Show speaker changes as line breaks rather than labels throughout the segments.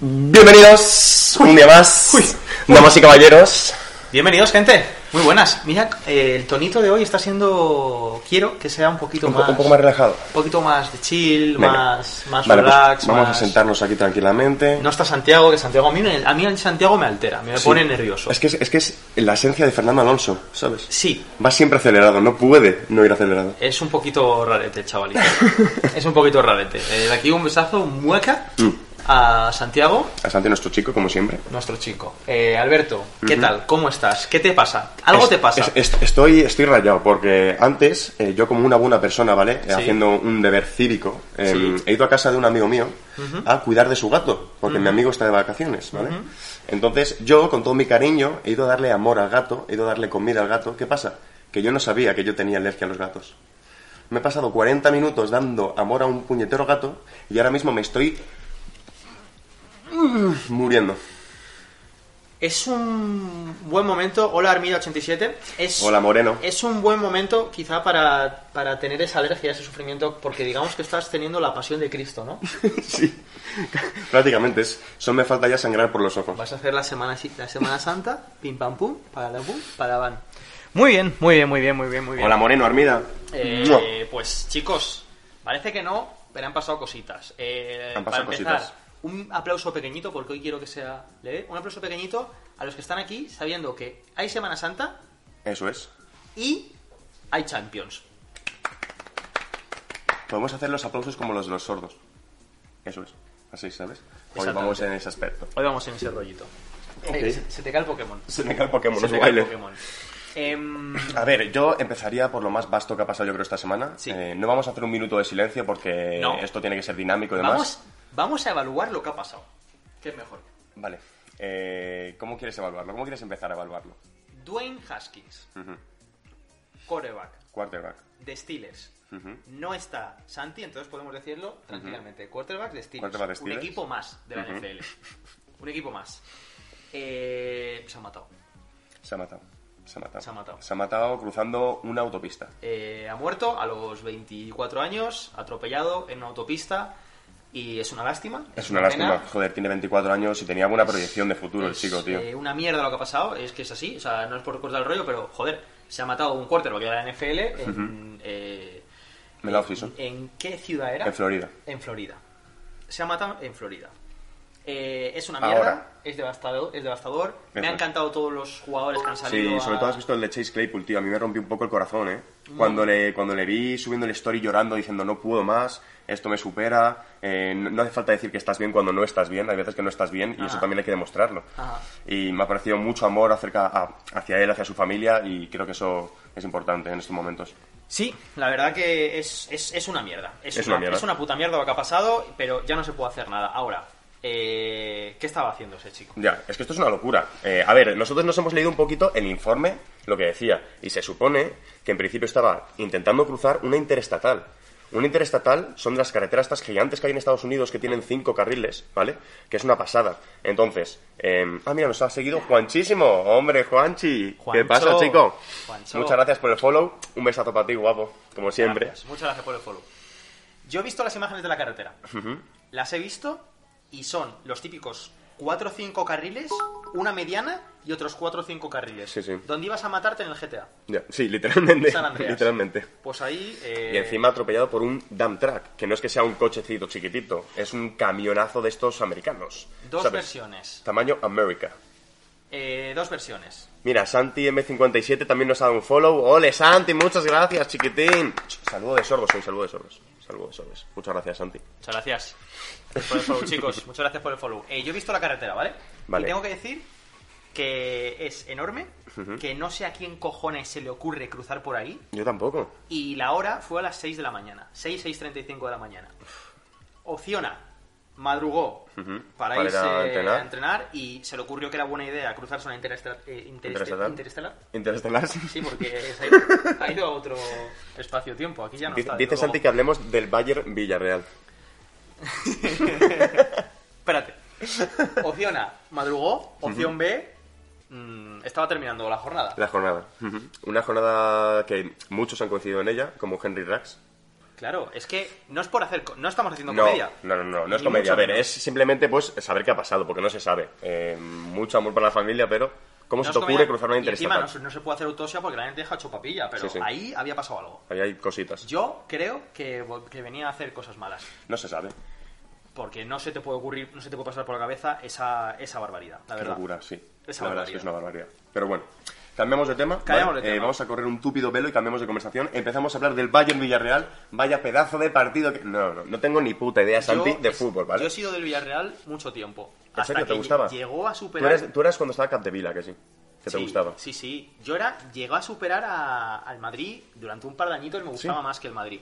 Bienvenidos un día más,
uy,
damas y caballeros.
Bienvenidos, gente. Muy buenas. Mira, eh, el tonito de hoy está siendo. Quiero que sea un poquito
Un, po-
más.
un poco más relajado.
un poquito más de chill,
Venga.
más, más
Vale, pues
relax.
vamos
más-
a sentarnos aquí tranquilamente.
No está Santiago, que Santiago a mí, me- a mí el Santiago me altera, me
Sí.
pone nervioso.
Es que es, es que es la esencia de Fernando Alonso, ¿sabes?
Sí,
Va siempre acelerado, no puede no ir acelerado.
es un poquito rarete el chavalito. es un poquito rarete. Eh, de aquí un besazo, un mueca
Mm.
a Santiago,
A Santi, nuestro chico, como siempre.
nuestro chico. Eh, Alberto, ¿qué tal? ¿Cómo estás? ¿Qué te pasa? ¿Algo
Es-
te pasa?
es- es- estoy, estoy rayado porque antes, eh, yo como una buena persona, ¿vale? Eh,
Sí.
Haciendo un deber cívico, eh,
Sí.
he ido a casa de un amigo mío a cuidar de su gato, porque mi amigo está de vacaciones, ¿vale? Entonces yo, con todo mi cariño, he ido a darle amor al gato, he ido a darle comida al gato. ¿Qué pasa? Que yo no sabía que yo tenía alergia a los gatos. Me he pasado 40 minutos dando amor a un puñetero gato y ahora mismo me estoy mm, muriendo.
Es un buen momento. Hola, Armida87. Es,
Hola, Moreno.
Es un buen momento, quizá, para, para tener esa alergia, ese sufrimiento, porque digamos que estás teniendo la pasión de Cristo, ¿no?
Sí, prácticamente es. Solo me falta ya sangrar por los ojos.
Vas a hacer la Semana, Si- la semana Santa, pim pam pum, para la pum, para van. Muy bien, muy bien, muy bien, muy bien, muy bien.
Hola Moreno, Armida. Mua.
Eh, pues chicos, parece que no, pero han pasado cositas. Eh,
Han pasado
para empezar,
cositas.
un aplauso pequeñito, porque hoy quiero que sea leve. Un aplauso pequeñito a los que están aquí sabiendo que hay Semana Santa,
Eso es.
y hay Champions.
Podemos hacer los aplausos como los de los sordos. Eso es. Así, ¿sabes? Hoy
Exactamente.
vamos en ese aspecto.
Hoy vamos en ese rollito.
Ok.
Eh, se, se te cae el Pokémon.
Se me cae el Pokémon,
Se
es ¿eh?
te cae el
baile.
Pokémon. Em,
A ver, yo empezaría por lo más vasto que ha pasado yo creo esta semana.
Sí.
Eh, no vamos a hacer un minuto de silencio porque
No.
esto tiene que ser dinámico y demás.
vamos, vamos a evaluar lo que ha pasado. ¿Qué es mejor?
Vale. Eh, ¿Cómo quieres evaluarlo? ¿Cómo quieres empezar a evaluarlo?
Dwayne Haskins,
Ujú.
coreback,
Quarterback.
de Steelers.
Ujú.
No está Santi, entonces podemos decirlo tranquilamente. Quarterback de Steelers.
Quarterback de
Un
Steelers.
equipo más de la
Ujú.
NFL. Un equipo más. Eh, se ha matado.
Se ha matado. Se ha matado.
Se ha matado.
Se ha matado cruzando una autopista.
Eh, ha muerto a los 24 años, atropellado en una autopista y es una lástima.
Es una lástima,
pena.
joder, tiene 24 años y tenía buena proyección de futuro el
Es,
chico, tío.
eh, una mierda lo que ha pasado, es que es así, o sea, no es por cortar el rollo, pero joder, se ha matado un quarterback de la NFL en... eh,
Me la ofiso.
¿En qué ciudad era?
En Florida.
En Florida. Se ha matado en Florida. Eh, es una
Ahora.
mierda, es devastador, es devastador. Me
Eso
han
es.
encantado todos los jugadores que han salido.
Sí, sobre
a- Mm.
todo has visto el de Chase Claypool, tío. A mí me rompió un poco el corazón, ¿eh? Cuando, le, cuando le vi subiendo el story llorando, diciendo no puedo más, esto me supera. eh, no no hace falta decir que estás bien cuando no estás bien. Hay veces que no estás bien y eso
Ajá.
también hay que demostrarlo.
Ajá.
Y me ha parecido mucho amor acerca a- hacia él, hacia su familia y creo que eso es importante en estos momentos.
Sí, la verdad que es, es, es una mierda. Es,
Es
una,
una mierda.
Es una puta mierda lo que ha pasado, pero ya no se puede hacer nada. Ahora, eh, ¿qué estaba haciendo ese chico?
Ya, es que esto es una locura. Eh, a ver, nosotros nos hemos leído un poquito el informe, lo que decía, y se supone que en principio estaba intentando cruzar una interestatal. Una interestatal son las carreteras estas gigantes que hay en Estados Unidos que tienen cinco carriles, ¿vale? Que es una pasada. Entonces, eh, ah, mira, nos ha seguido Juanchísimo. Hombre, Juanchi. ¿Qué
Juancho.
pasa, chico?
Juancho.
Muchas gracias por el follow. Un besazo para ti, guapo, como siempre.
Gracias, Muchas gracias por el follow. Yo he visto las imágenes de la carretera. Las he visto y son los típicos 4 o 5 carriles, una mediana y otros 4 o 5 carriles.
Sí, sí.
Donde ibas a matarte en el GTA.
Ya, sí, literalmente.
San Andreas.
Literalmente.
Pues ahí... eh,
Y encima atropellado por un dump truck, que no es que sea un cochecito chiquitito, es un camionazo de estos americanos.
Dos
¿sabes?
versiones.
Tamaño America.
Eh, dos versiones.
Mira, Santi M57 también nos ha dado un follow. ¡Ole, Santi! Muchas gracias, chiquitín. Ch, Saludo de sordos, un saludo de sordos. Saludo de sordos. Muchas gracias, Santi.
Muchas gracias por el follow, chicos. Muchas gracias por el follow. Eh, yo he visto la carretera, ¿vale?
Vale.
Y tengo que decir que es enorme, que no sé a quién cojones se le ocurre cruzar por ahí.
Yo tampoco.
Y la hora fue a las 6 de la mañana. 6, 6.35 de la mañana. Opciona. Madrugó
Ujú.
para,
Para ir
irse
a
a
entrenar.
entrenar. y se le ocurrió que era buena idea cruzarse una interestelar. eh, intereste-
Interestelar.
interestelar.
Interestelar.
Sí, porque se ha ido, ha ido a otro espacio-tiempo. Aquí ya no
Dice,
está.
dice
desde
Santi que
luego.
hablemos del Bayern Villarreal.
Espérate. Opción A, madrugó. Opción B, mm, estaba terminando la jornada.
La jornada. Ujú. Una jornada que muchos han coincidido en ella, como Henry Rax.
Claro, es que no es por hacer. co- No estamos haciendo
No,
comedia.
no, no, no, no es
Ni
comedia.
mucho
A ver,
menos.
es simplemente pues saber qué ha pasado, porque no se sabe. Eh, mucho amor para la familia, pero ¿cómo
No
se
es
te ocurre
comedia.
cruzar una
Y encima
interestatal?
no, se- no se puede hacer autopsia porque la gente deja chupapilla, pero
Sí, sí.
ahí había pasado algo.
Ahí hay cositas.
Yo creo que, vo- que venía a hacer cosas malas.
No se sabe.
Porque no se te puede ocurrir, no se te puede pasar por la cabeza esa, esa barbaridad, la
Qué
verdad.
locura, sí.
Es
la
una
verdad es que
barbaridad.
es una barbaridad. Pero bueno, cambiamos de tema.
Cambiamos
¿vale?
de
Eh,
tema.
vamos a correr un túpido velo y cambiamos de conversación. Empezamos a hablar del Bayern Villarreal. Vaya pedazo de partido que. No, no, no tengo ni puta idea, Santi,
Yo-
de fútbol, ¿vale?
Yo he sido del Villarreal mucho tiempo.
¿En
Hasta
serio te
que
gustaba?
Llegó a
Tú
superar.
eras, tú eras cuando estaba Capdevila, que sí. Que te
Sí,
gustaba.
Sí, sí. Yo era, llegó a superar a- al Madrid durante un par de añitos, me gustaba
Sí.
más que el Madrid.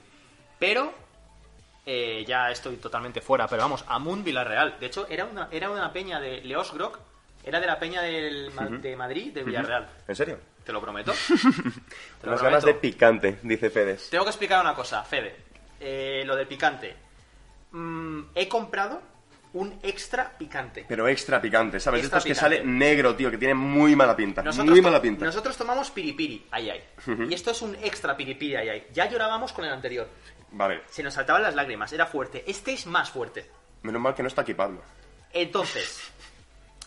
Pero eh, ya estoy totalmente fuera. Pero vamos, Amun Villarreal. De hecho, era una, era una peña de Leos Grock, era de la peña del, Ma- de Madrid, de Villarreal.
¿En serio?
Te lo prometo. Te lo
Unas ganas de
prometo.
picante, dice Fedes.
Tengo que explicar una cosa, Fede. Eh, lo del picante. Mm, he comprado un extra picante.
Pero extra picante, ¿sabes?
Extra
Estos que
picante.
sale negro, tío, que tiene muy mala pinta. muy
to-
mala pinta.
Nosotros tomamos piripiri, ay, ay. Y esto es un extra piripiri, ay, ay. Ya llorábamos con el anterior.
Vale,
Se nos saltaban las lágrimas, era fuerte. Este es más fuerte.
menos mal que no está aquí Pablo.
Entonces,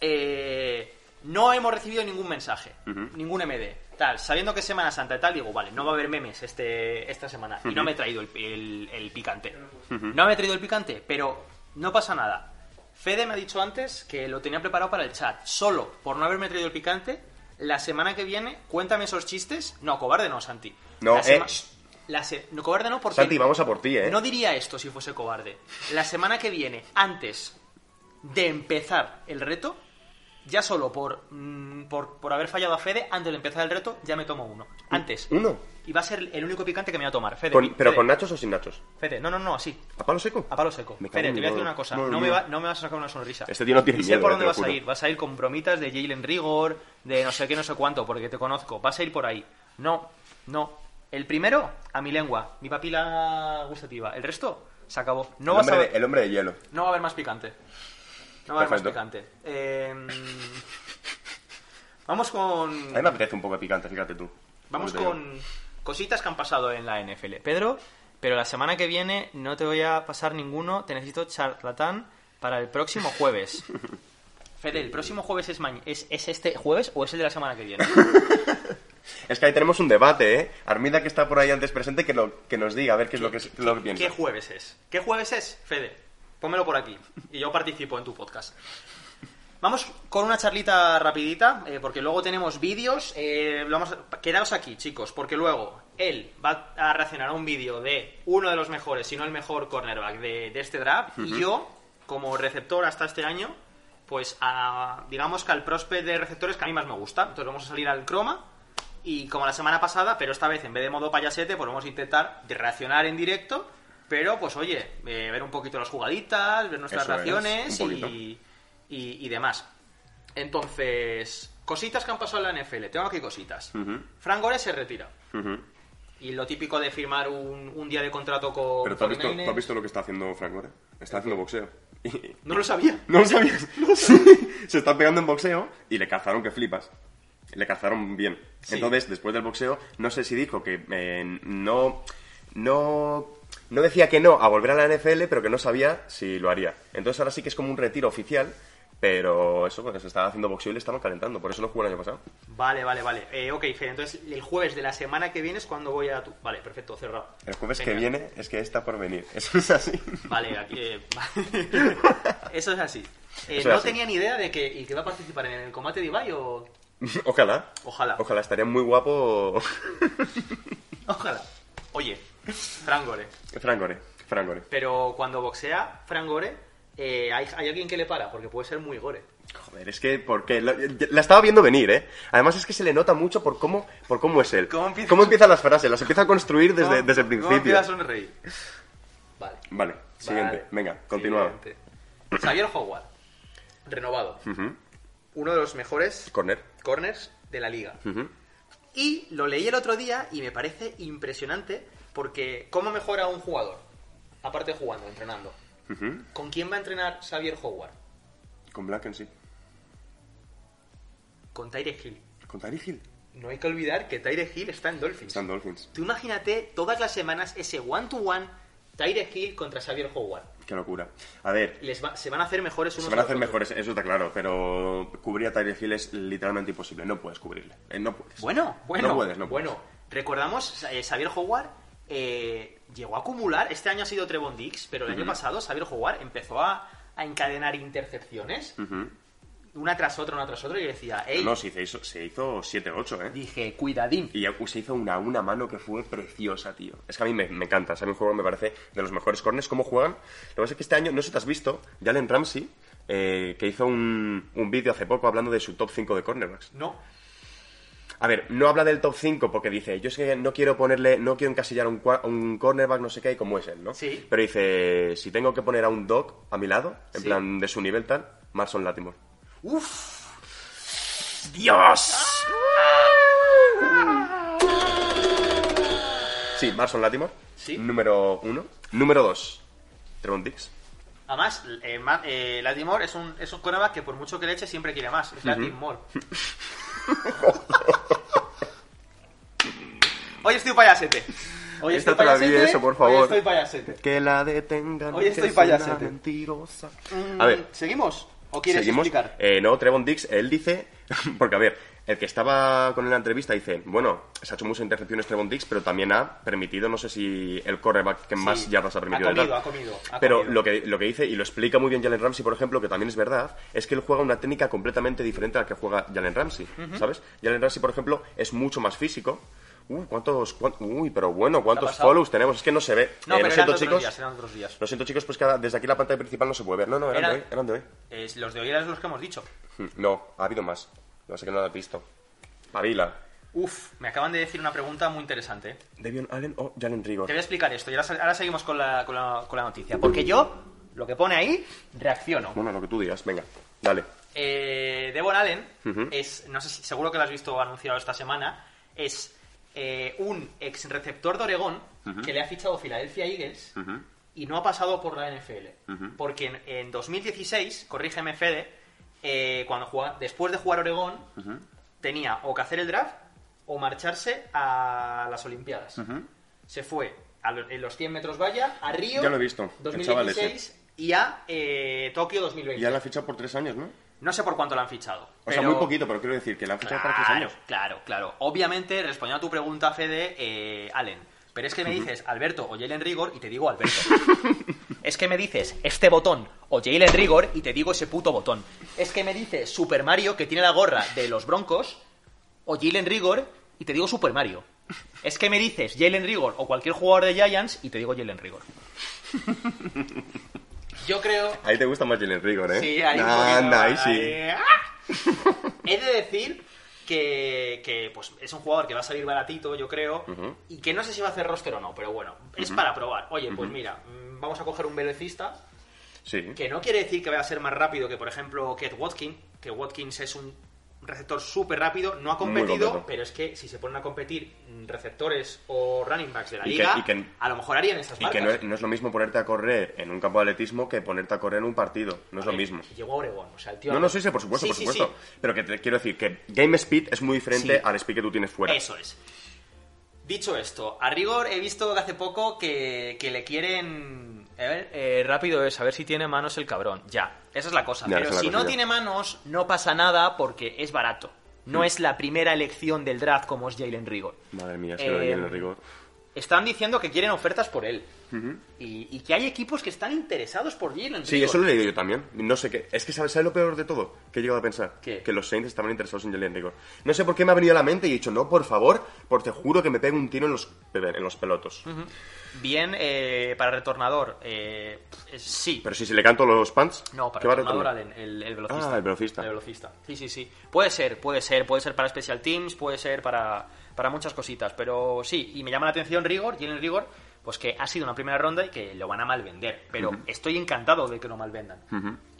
eh, no hemos recibido ningún mensaje,
Ujú.
ningún MD. Tal, sabiendo que es Semana Santa y tal, digo, vale, no va a haber memes este, esta semana. Y no me he traído el, el- el picante. No me he traído el picante, pero no pasa nada. Fede me ha dicho antes que lo tenía preparado para el chat. Solo por no haberme traído el picante, la semana que viene, cuéntame esos chistes. No, cobarde no, Santi.
No,
La sema-
eh, shh.
la se- no, cobarde no, porque.
Santi, vamos a por ti, ¿eh?
No diría esto si fuese cobarde. La semana que viene, antes de empezar el reto, ya solo por, mm, por, por haber fallado a Fede, antes de empezar el reto, ya me tomo uno. Antes.
¿Uno?
Y va a ser el único picante que me voy a tomar, Fede.
Con-
Fede,
¿Pero con nachos o sin nachos?
Fede, no, no, no, así.
¿A palo seco?
A palo seco.
Me cago
Fede,
en
te voy a decir
todo.
una cosa.
Madre
No me,
mía.
va, no me vas a sacar una sonrisa.
Este tío no tiene
Y sé
miedo,
por
eh,
dónde
te lo
vas a
juro.
ir. Vas a ir con bromitas de Jalen Rigor, de no sé qué, no sé cuánto, porque te conozco. Vas a ir por ahí. No, no. El primero, a mi lengua, mi papila gustativa. El resto, se acabó. No,
el,
vas a,
hombre de, el hombre de hielo.
no va a haber más picante. No va a haber más
Perfecto.
picante. Eh, vamos
A mí me
con...
apetece un poco de picante, fíjate tú.
Vamos
Te digo.
con cositas que han pasado en la NFL. Pedro, pero la semana que viene no te voy a pasar ninguno. Te necesito charlatán para el próximo jueves. Fede, ¿el próximo jueves es, mañ- es, es este jueves o es el de la semana que viene?
Es que ahí tenemos un debate, ¿eh? Armida, que está por ahí antes presente, que, lo, que nos diga, a ver qué es lo que, es- lo que piensa.
¿Qué jueves es? ¿Qué jueves es, Fede? Pónmelo por aquí y yo participo en tu podcast. Vamos con una charlita rapidita, eh, porque luego tenemos vídeos. eh, lo vamos a- Quedaos aquí, chicos, porque luego él va a reaccionar a un vídeo de uno de los mejores, si no el mejor cornerback de, de este draft. Y yo, como receptor hasta este año, pues a- digamos que al prospect de receptores que a mí más me gusta. Entonces vamos a salir al croma. Y como la semana pasada, pero esta vez en vez de modo payasete, pues vamos a intentar de reaccionar en directo. Pero pues oye, eh, ver un poquito las jugaditas, ver nuestras
Eso es,
reacciones
un poquito.
y, y, y demás. Entonces, cositas que han pasado en la NFL. Tengo aquí cositas.
Ujú.
Frank Gore se retira.
Ujú.
Y lo típico de firmar un, un día de contrato con.
Pero tú has, visto,
49ers.
tú has visto lo que está haciendo Frank Gore. Está haciendo boxeo. Y-
No lo sabía.
¿No lo sabías? Sí, se está pegando en boxeo y le cazaron que flipas. Le cazaron bien.
Sí.
Entonces, después del boxeo, no sé si dijo que eh, no, no, no decía que no a volver a la NFL, pero que no sabía si lo haría. Entonces ahora sí que es como un retiro oficial, pero eso, porque se estaba haciendo boxeo y le estaban calentando. Por eso no jugó el año pasado.
Vale, vale, vale. Eh, ok, Fer, entonces el jueves de la semana que viene es cuando voy a tu. Vale, perfecto, cerrado.
El jueves
Genial.
que viene es que está por venir. Eso es así.
Vale, aquí, eh, eso es así. Eh,
Eso es
no
así.
tenía ni idea de que, y que iba a participar en el combate de Ibai o.
Ojalá.
Ojalá.
Ojalá, estaría muy guapo
Ojalá. Oye, Frank Gore.
Frank Gore. Frank Gore.
Pero cuando boxea Frank Gore, eh, hay, hay alguien que le para, porque puede ser muy gore.
Joder, es que porque la, la estaba viendo venir, ¿eh? Además es que se le nota mucho por cómo, por cómo es él.
¿Cómo empieza?
empiezan las frases? Las empieza a construir desde,
¿Cómo-
desde el
cómo
principio.
empieza a sonreír? Vale.
Vale, siguiente.
Vale.
Venga, continuamos.
Siguiente. Xavier Howard, renovado.
Ujú.
Uno de los mejores
Corner.
corners de la liga.
Ujú.
Y lo leí el otro día y me parece impresionante porque cómo mejora un jugador, aparte de jugando, entrenando.
Ujú.
¿Con quién va a entrenar Xavier Howard?
Con Black en sí.
Con Tyre Hill.
Con Tyree Hill.
No hay que olvidar que Tyre Hill está en Dolphins.
Están Dolphins.
Tú imagínate todas las semanas ese one-to-one Tyre Hill contra Xavier Howard.
Qué locura. A ver,
Les va- se van a hacer mejores unos
se van a
que
hacer
los otros.
mejores, eso está claro, pero cubrir a Tyreek Hill es literalmente imposible. No puedes cubrirle. Eh, no puedes.
Bueno, bueno.
No puedes, no puedes.
Bueno, recordamos, eh, Xavier Howard eh, llegó a acumular, este año ha sido Trevon Dix, pero el año
Ujú.
pasado Xavier Howard empezó a, a encadenar intercepciones,
Ujú.
una tras otra, una tras otra, y yo decía, hey,
No, sí, se hizo, se hizo 7-8, ¿eh?
dije, cuidadín.
Y ya se hizo una, una mano que fue preciosa, tío. Es que a mí me, me encanta. Es a mí un juego me parece de los mejores corners. ¿Cómo juegan? Lo que pasa es que este año, no sé si te has visto, Jalen Ramsey, eh, que hizo un, un vídeo hace poco hablando de su top 5 de cornerbacks.
No,
A ver, no habla del top 5 porque dice, yo es que no quiero ponerle, no quiero encasillar a un, cua- a un cornerback, no sé qué, y como es él, ¿no?
Sí.
Pero dice, si tengo que poner a un doc a mi lado, en
Sí.
plan de su nivel tal, Marson Latimore.
uff,
¡Dios! Sí, Marson Latimore.
Sí.
Número uno. Número dos, Trevon Dix.
Además, eh, Ma- eh, Latimore es un, es un cornerback que por mucho que le eche siempre quiere más. Es Latimore. Hoy estoy payasete. Hoy
Esta
estoy
te la di,
payasete.
eso, por favor.
Hoy estoy payasete.
Que la detengan.
Hoy
que
estoy
es
payasete.
una mentirosa.
Mm,
A ver,
¿Seguimos? ¿O quieres
Seguimos.
explicar?
Eh, no, Trevon Dix, él dice, porque a ver, el que estaba con él en la entrevista dice, bueno, se ha hecho muchas intercepciones Trevon Dix, pero también ha permitido, no sé si el cornerback que más
Sí.
yardas ha permitido.
Ha
de
comido,
tal.
ha comido, ha
pero
comido.
Lo, que, lo que dice, y lo explica muy bien Jalen Ramsey, por ejemplo, que también es verdad, es que él juega una técnica completamente diferente a la que juega Jalen Ramsey, ¿sabes? Jalen Ramsey, por ejemplo, es mucho más físico. Uh, ¿cuántos, cuán- uy, pero bueno, ¿cuántos
pasado?
follows tenemos? Es que no se ve. Eh,
No, pero
lo
eran
siento,
de otros
chicos.
días, eran de otros días.
Lo siento, chicos, pues que ahora desde aquí la pantalla principal no se puede ver. No, no, eran
Era- Hm.
de hoy, eran de hoy.
Es- los de hoy eran los que hemos dicho.
Hmm, No, ha habido más. No sé que no lo has visto. Pavila.
Uf, me acaban de decir una pregunta muy interesante.
Devion Allen o Jalen Rigor.
Te voy a explicar esto y ahora, ahora seguimos con la, con, la, con la noticia. Porque yo, lo que pone ahí, reacciono.
Bueno, lo que tú digas, venga. Dale.
Eh, Devon Allen
Ujú.
es, no sé si seguro que lo has visto anunciado esta semana, es eh, un ex receptor de Oregón que le ha fichado Philadelphia Eagles y no ha pasado por la NFL.
Ujú.
Porque en, en 2016, corrígeme Fede, eh, cuando jugaba- después de jugar Oregón, tenía o que hacer el draft o marcharse a las Olimpiadas. Se fue a lo- en los 100 metros valla, a Río
Ya lo he visto, el chaval ese.
2016 y a eh, Tokio 2020.
Ya la ha fichado por tres años, ¿no?
No sé por cuánto la han fichado.
O sea,
pero-
muy poquito, pero quiero decir que la han fichado por tres
Claro,
años.
claro, claro. Obviamente, respondiendo a tu pregunta, Fede, eh, Allen. Pero es que me dices Alberto o Jalen Rigor y te digo Alberto. es que me dices este botón o Jalen Rigor y te digo ese puto botón. Es que me dices Super Mario que tiene la gorra de los Broncos o Jalen Rigor y te digo Super Mario. Es que me dices Jalen Rigor o cualquier jugador de Giants y te digo Jalen Rigor. Yo creo
Ahí te gusta más Jalen Rigor, ¿eh?
Sí, hay un
Ah,
poquito-
nah, ahí sí.
ahí- ¡Ah! He de decir que, que, pues, es un jugador que va a salir baratito, yo creo,
Ujú.
y que no sé si va a hacer roster o no, pero bueno, es para probar. Oye, pues mira, mm, vamos a coger un velocista,
Sí.
que no quiere decir que vaya a ser más rápido que, por ejemplo, Ket Watkins, que Watkins es un receptor súper rápido, no ha competido,
completo.
pero es que si se ponen a competir mm, receptores o running backs de la
Y que-
liga,
y que-
a lo mejor harían esas
Y
marcas.
que no es, no es lo mismo ponerte a correr en un campo de atletismo que ponerte a correr en un partido. No es lo
Eh,
mismo.
Llegó a Oregón, o sea, el tío...
No, no, sí, sí, por supuesto,
Sí,
por
sí,
supuesto.
sí.
Pero que te quiero decir que game speed es muy diferente
Sí.
al speed que tú tienes fuera.
Eso es. Dicho esto, a rigor he visto que hace poco que, que le quieren... A ver, eh, rápido es, a ver si tiene manos el cabrón. Ya, esa es la cosa.
Ya,
Pero
esa es la
si no
cosilla.
tiene manos, no pasa nada porque es barato.
Mm.
No es la primera elección del draft como es Jalen Rigor.
Madre mía, es que lo de
Eh,
Jalen Rigor.
Están diciendo que quieren ofertas por él. y, y que hay equipos que están interesados por Jalen
Sí,
Rigor.
eso lo he leído yo también. No sé qué. Es que ¿sabes, ¿sabes lo peor de todo? Que he llegado a pensar.
¿Qué?
Que los Saints estaban interesados en Jalen Rigor. No sé por qué me ha venido a la mente y he dicho, no, por favor, porque te juro que me pego un tiro en los, en los pelotos.
Bien, eh, para retornador, eh, es- sí.
Pero si se le canto los pants,
No, para
¿qué va a
Tornado
retornar?
Allen, el, el velocista.
Ah, el velocista.
El velocista. Sí, sí, sí. Puede ser, puede ser, puede ser para Special Teams, puede ser para, para muchas cositas, pero sí, y me llama la atención Rigor, Jalen Rigor, pues que ha sido una primera ronda y que lo van a malvender, pero estoy encantado de que lo malvendan.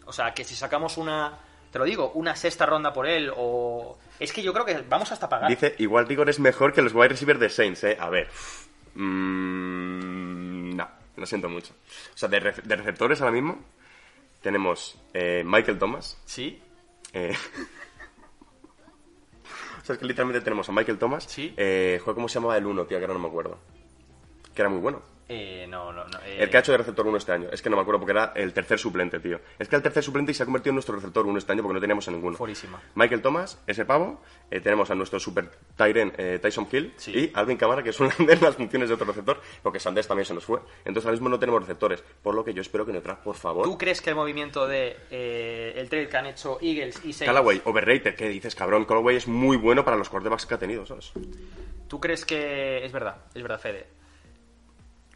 O sea, que si sacamos una, te lo digo, una sexta ronda por él o... Es que yo creo que vamos hasta pagar.
Dice, igual Rigor es mejor que los wide receivers de Saints, ¿eh? A ver. Mm, no, lo siento mucho. O sea, de, rece- de receptores ahora mismo tenemos eh, Michael Thomas.
Sí.
eh, sea, es que literalmente tenemos a Michael Thomas.
Sí.
Eh, joder, ¿cómo se llamaba el uno, tío? Que ahora no me acuerdo. Que era muy bueno.
Eh, no, no, no. eh,
El que ha hecho de receptor 1 este año. Es que no me acuerdo porque era el tercer suplente, tío. Es que era el tercer suplente y se ha convertido en nuestro receptor 1 este año porque no teníamos a ninguno.
Furísima.
Michael Thomas, ese pavo. eh, tenemos a nuestro super Tyren eh, Tyson Hill
Sí.
y Alvin Kamara, que es una de las funciones de otro receptor, porque Sanders también se nos fue. Entonces ahora mismo no tenemos receptores. Por lo que yo espero que detrás, por favor.
¿Tú crees que el movimiento de eh, el trade que han hecho Eagles y Saints...
Callaway, overrated, ¿qué dices, cabrón? Callaway es muy bueno para los quarterbacks que ha tenido, ¿sabes?
¿Tú crees que es verdad? Es verdad, Fede.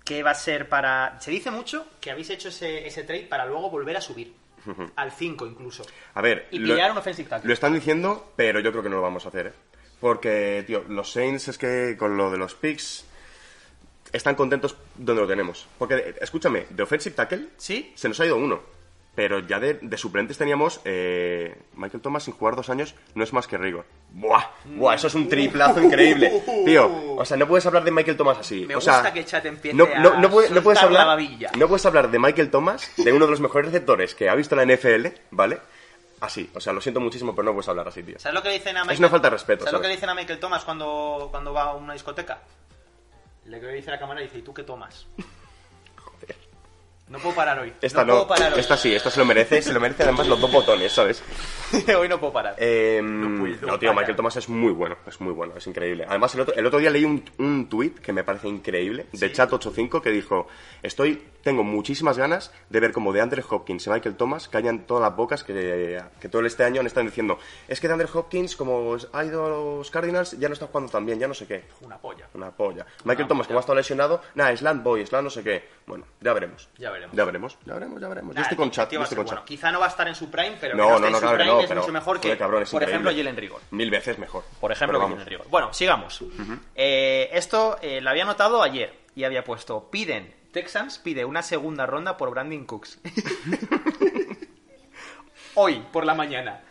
¿Qué va a ser para...? Se dice mucho que habéis hecho ese, ese trade para luego volver a subir. Al 5 incluso.
A ver,
Y pillar un offensive tackle.
Lo están diciendo, pero yo creo que no lo vamos a hacer, ¿eh? Porque, tío, los Saints es que con lo de los picks están contentos donde lo tenemos. Porque, eh, escúchame, de offensive tackle
¿Sí?
se nos ha ido uno. Pero ya de, de suplentes teníamos eh, Michael Thomas sin jugar dos años, no es más que rigor. ¡Buah! ¡Buah! Eso es un triplazo
Uh,
increíble. Tío, o sea, no puedes hablar de Michael Thomas así.
Me
o sea,
gusta que el chat empiece
no, no,
a
no puede- no
soltar
puedes
la
hablar,
babilla.
No puedes hablar de Michael Thomas, de uno de los mejores receptores que ha visto la NFL, ¿vale? Así. O sea, lo siento muchísimo, pero no puedes hablar así, tío.
¿Sabes lo que le dicen a Michael?
una falta de respeto,
¿Sabes lo que
¿sabes?
le dicen a Michael Thomas cuando, cuando va a una discoteca? Le dice a la cámara y dice, ¿y tú qué tomas? No puedo parar hoy.
Esta
no,
no,
puedo parar hoy.
esta sí, esta se lo merece, se lo merece además los dos botones, ¿sabes?
hoy no puedo parar.
Eh,
puedo,
no, tío,
vaya.
Michael Thomas es muy bueno, es muy bueno, es increíble. Además, el otro, el otro día leí un, un tuit que me parece increíble, de Chat85, que dijo, estoy, tengo muchísimas ganas de ver como de Andrew Hopkins y Michael Thomas callan todas las bocas que, que todo este año han estado diciendo, es que de Andrew Hopkins, como ha ido a los Cardinals, ya no está jugando tan bien, ya no sé qué.
Una polla.
Una polla. Michael Thomas, como ha estado lesionado, nada, Slant Boy, Slant no sé qué. Bueno, ya veremos.
Ya veremos.
Ya veremos, ya veremos, ya veremos. Yo
Nah,
estoy con
el
Chat,
tío
yo
va a
estoy
ser
con
bueno.
Chat.
Quizá no va a estar en su prime, pero que
No, no,
esté en
no,
su
cabrón,
prime
no,
es
pero,
mucho mejor que,
joder, cabrón, es
por ejemplo,
increíble.
Jalen Rigor.
Mil veces mejor.
Por ejemplo,
Pero
que
vamos.
tiene el rigor. Bueno, sigamos. Eh, esto eh, lo había notado ayer y había puesto, piden, Texans pide una segunda ronda por Brandon Cooks. Hoy, por la mañana,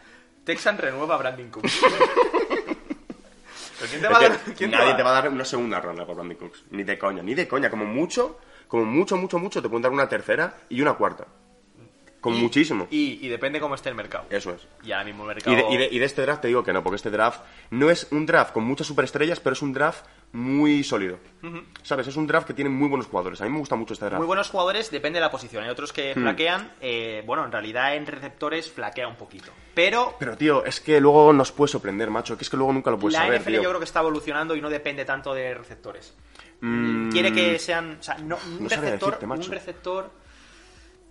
Texans renueva a Brandon Cooks. ¿Pero quién te va a
Es
dar-
que
quién
nadie te va a dar una segunda ronda por Brandon Cooks. Ni de coña, ni de coña. Como mucho, como mucho, mucho, mucho, te pueden dar una tercera y una cuarta. Con
Y-
muchísimo.
Y, y depende cómo esté el mercado.
Eso es.
Y ahora mismo el mercado...
Y de, y de- y de este draft te digo que no, porque este draft no es un draft con muchas superestrellas, pero es un draft muy sólido. ¿Sabes? Es un draft que tiene muy buenos jugadores. A mí me gusta mucho este draft.
Muy buenos jugadores, depende de la posición. Hay otros que
Hmm.
flaquean. eh, bueno, en realidad en receptores flaquea un poquito. Pero
Pero, tío, es que luego nos puede sorprender, macho. Que es que luego nunca lo puedes
la
saber,
NFL
Pues tío.
yo creo que está evolucionando y no depende tanto de receptores.
Mm,
Quiere que sean. O sea, no, un,
No sabría
receptor,
decirte, macho.
un receptor.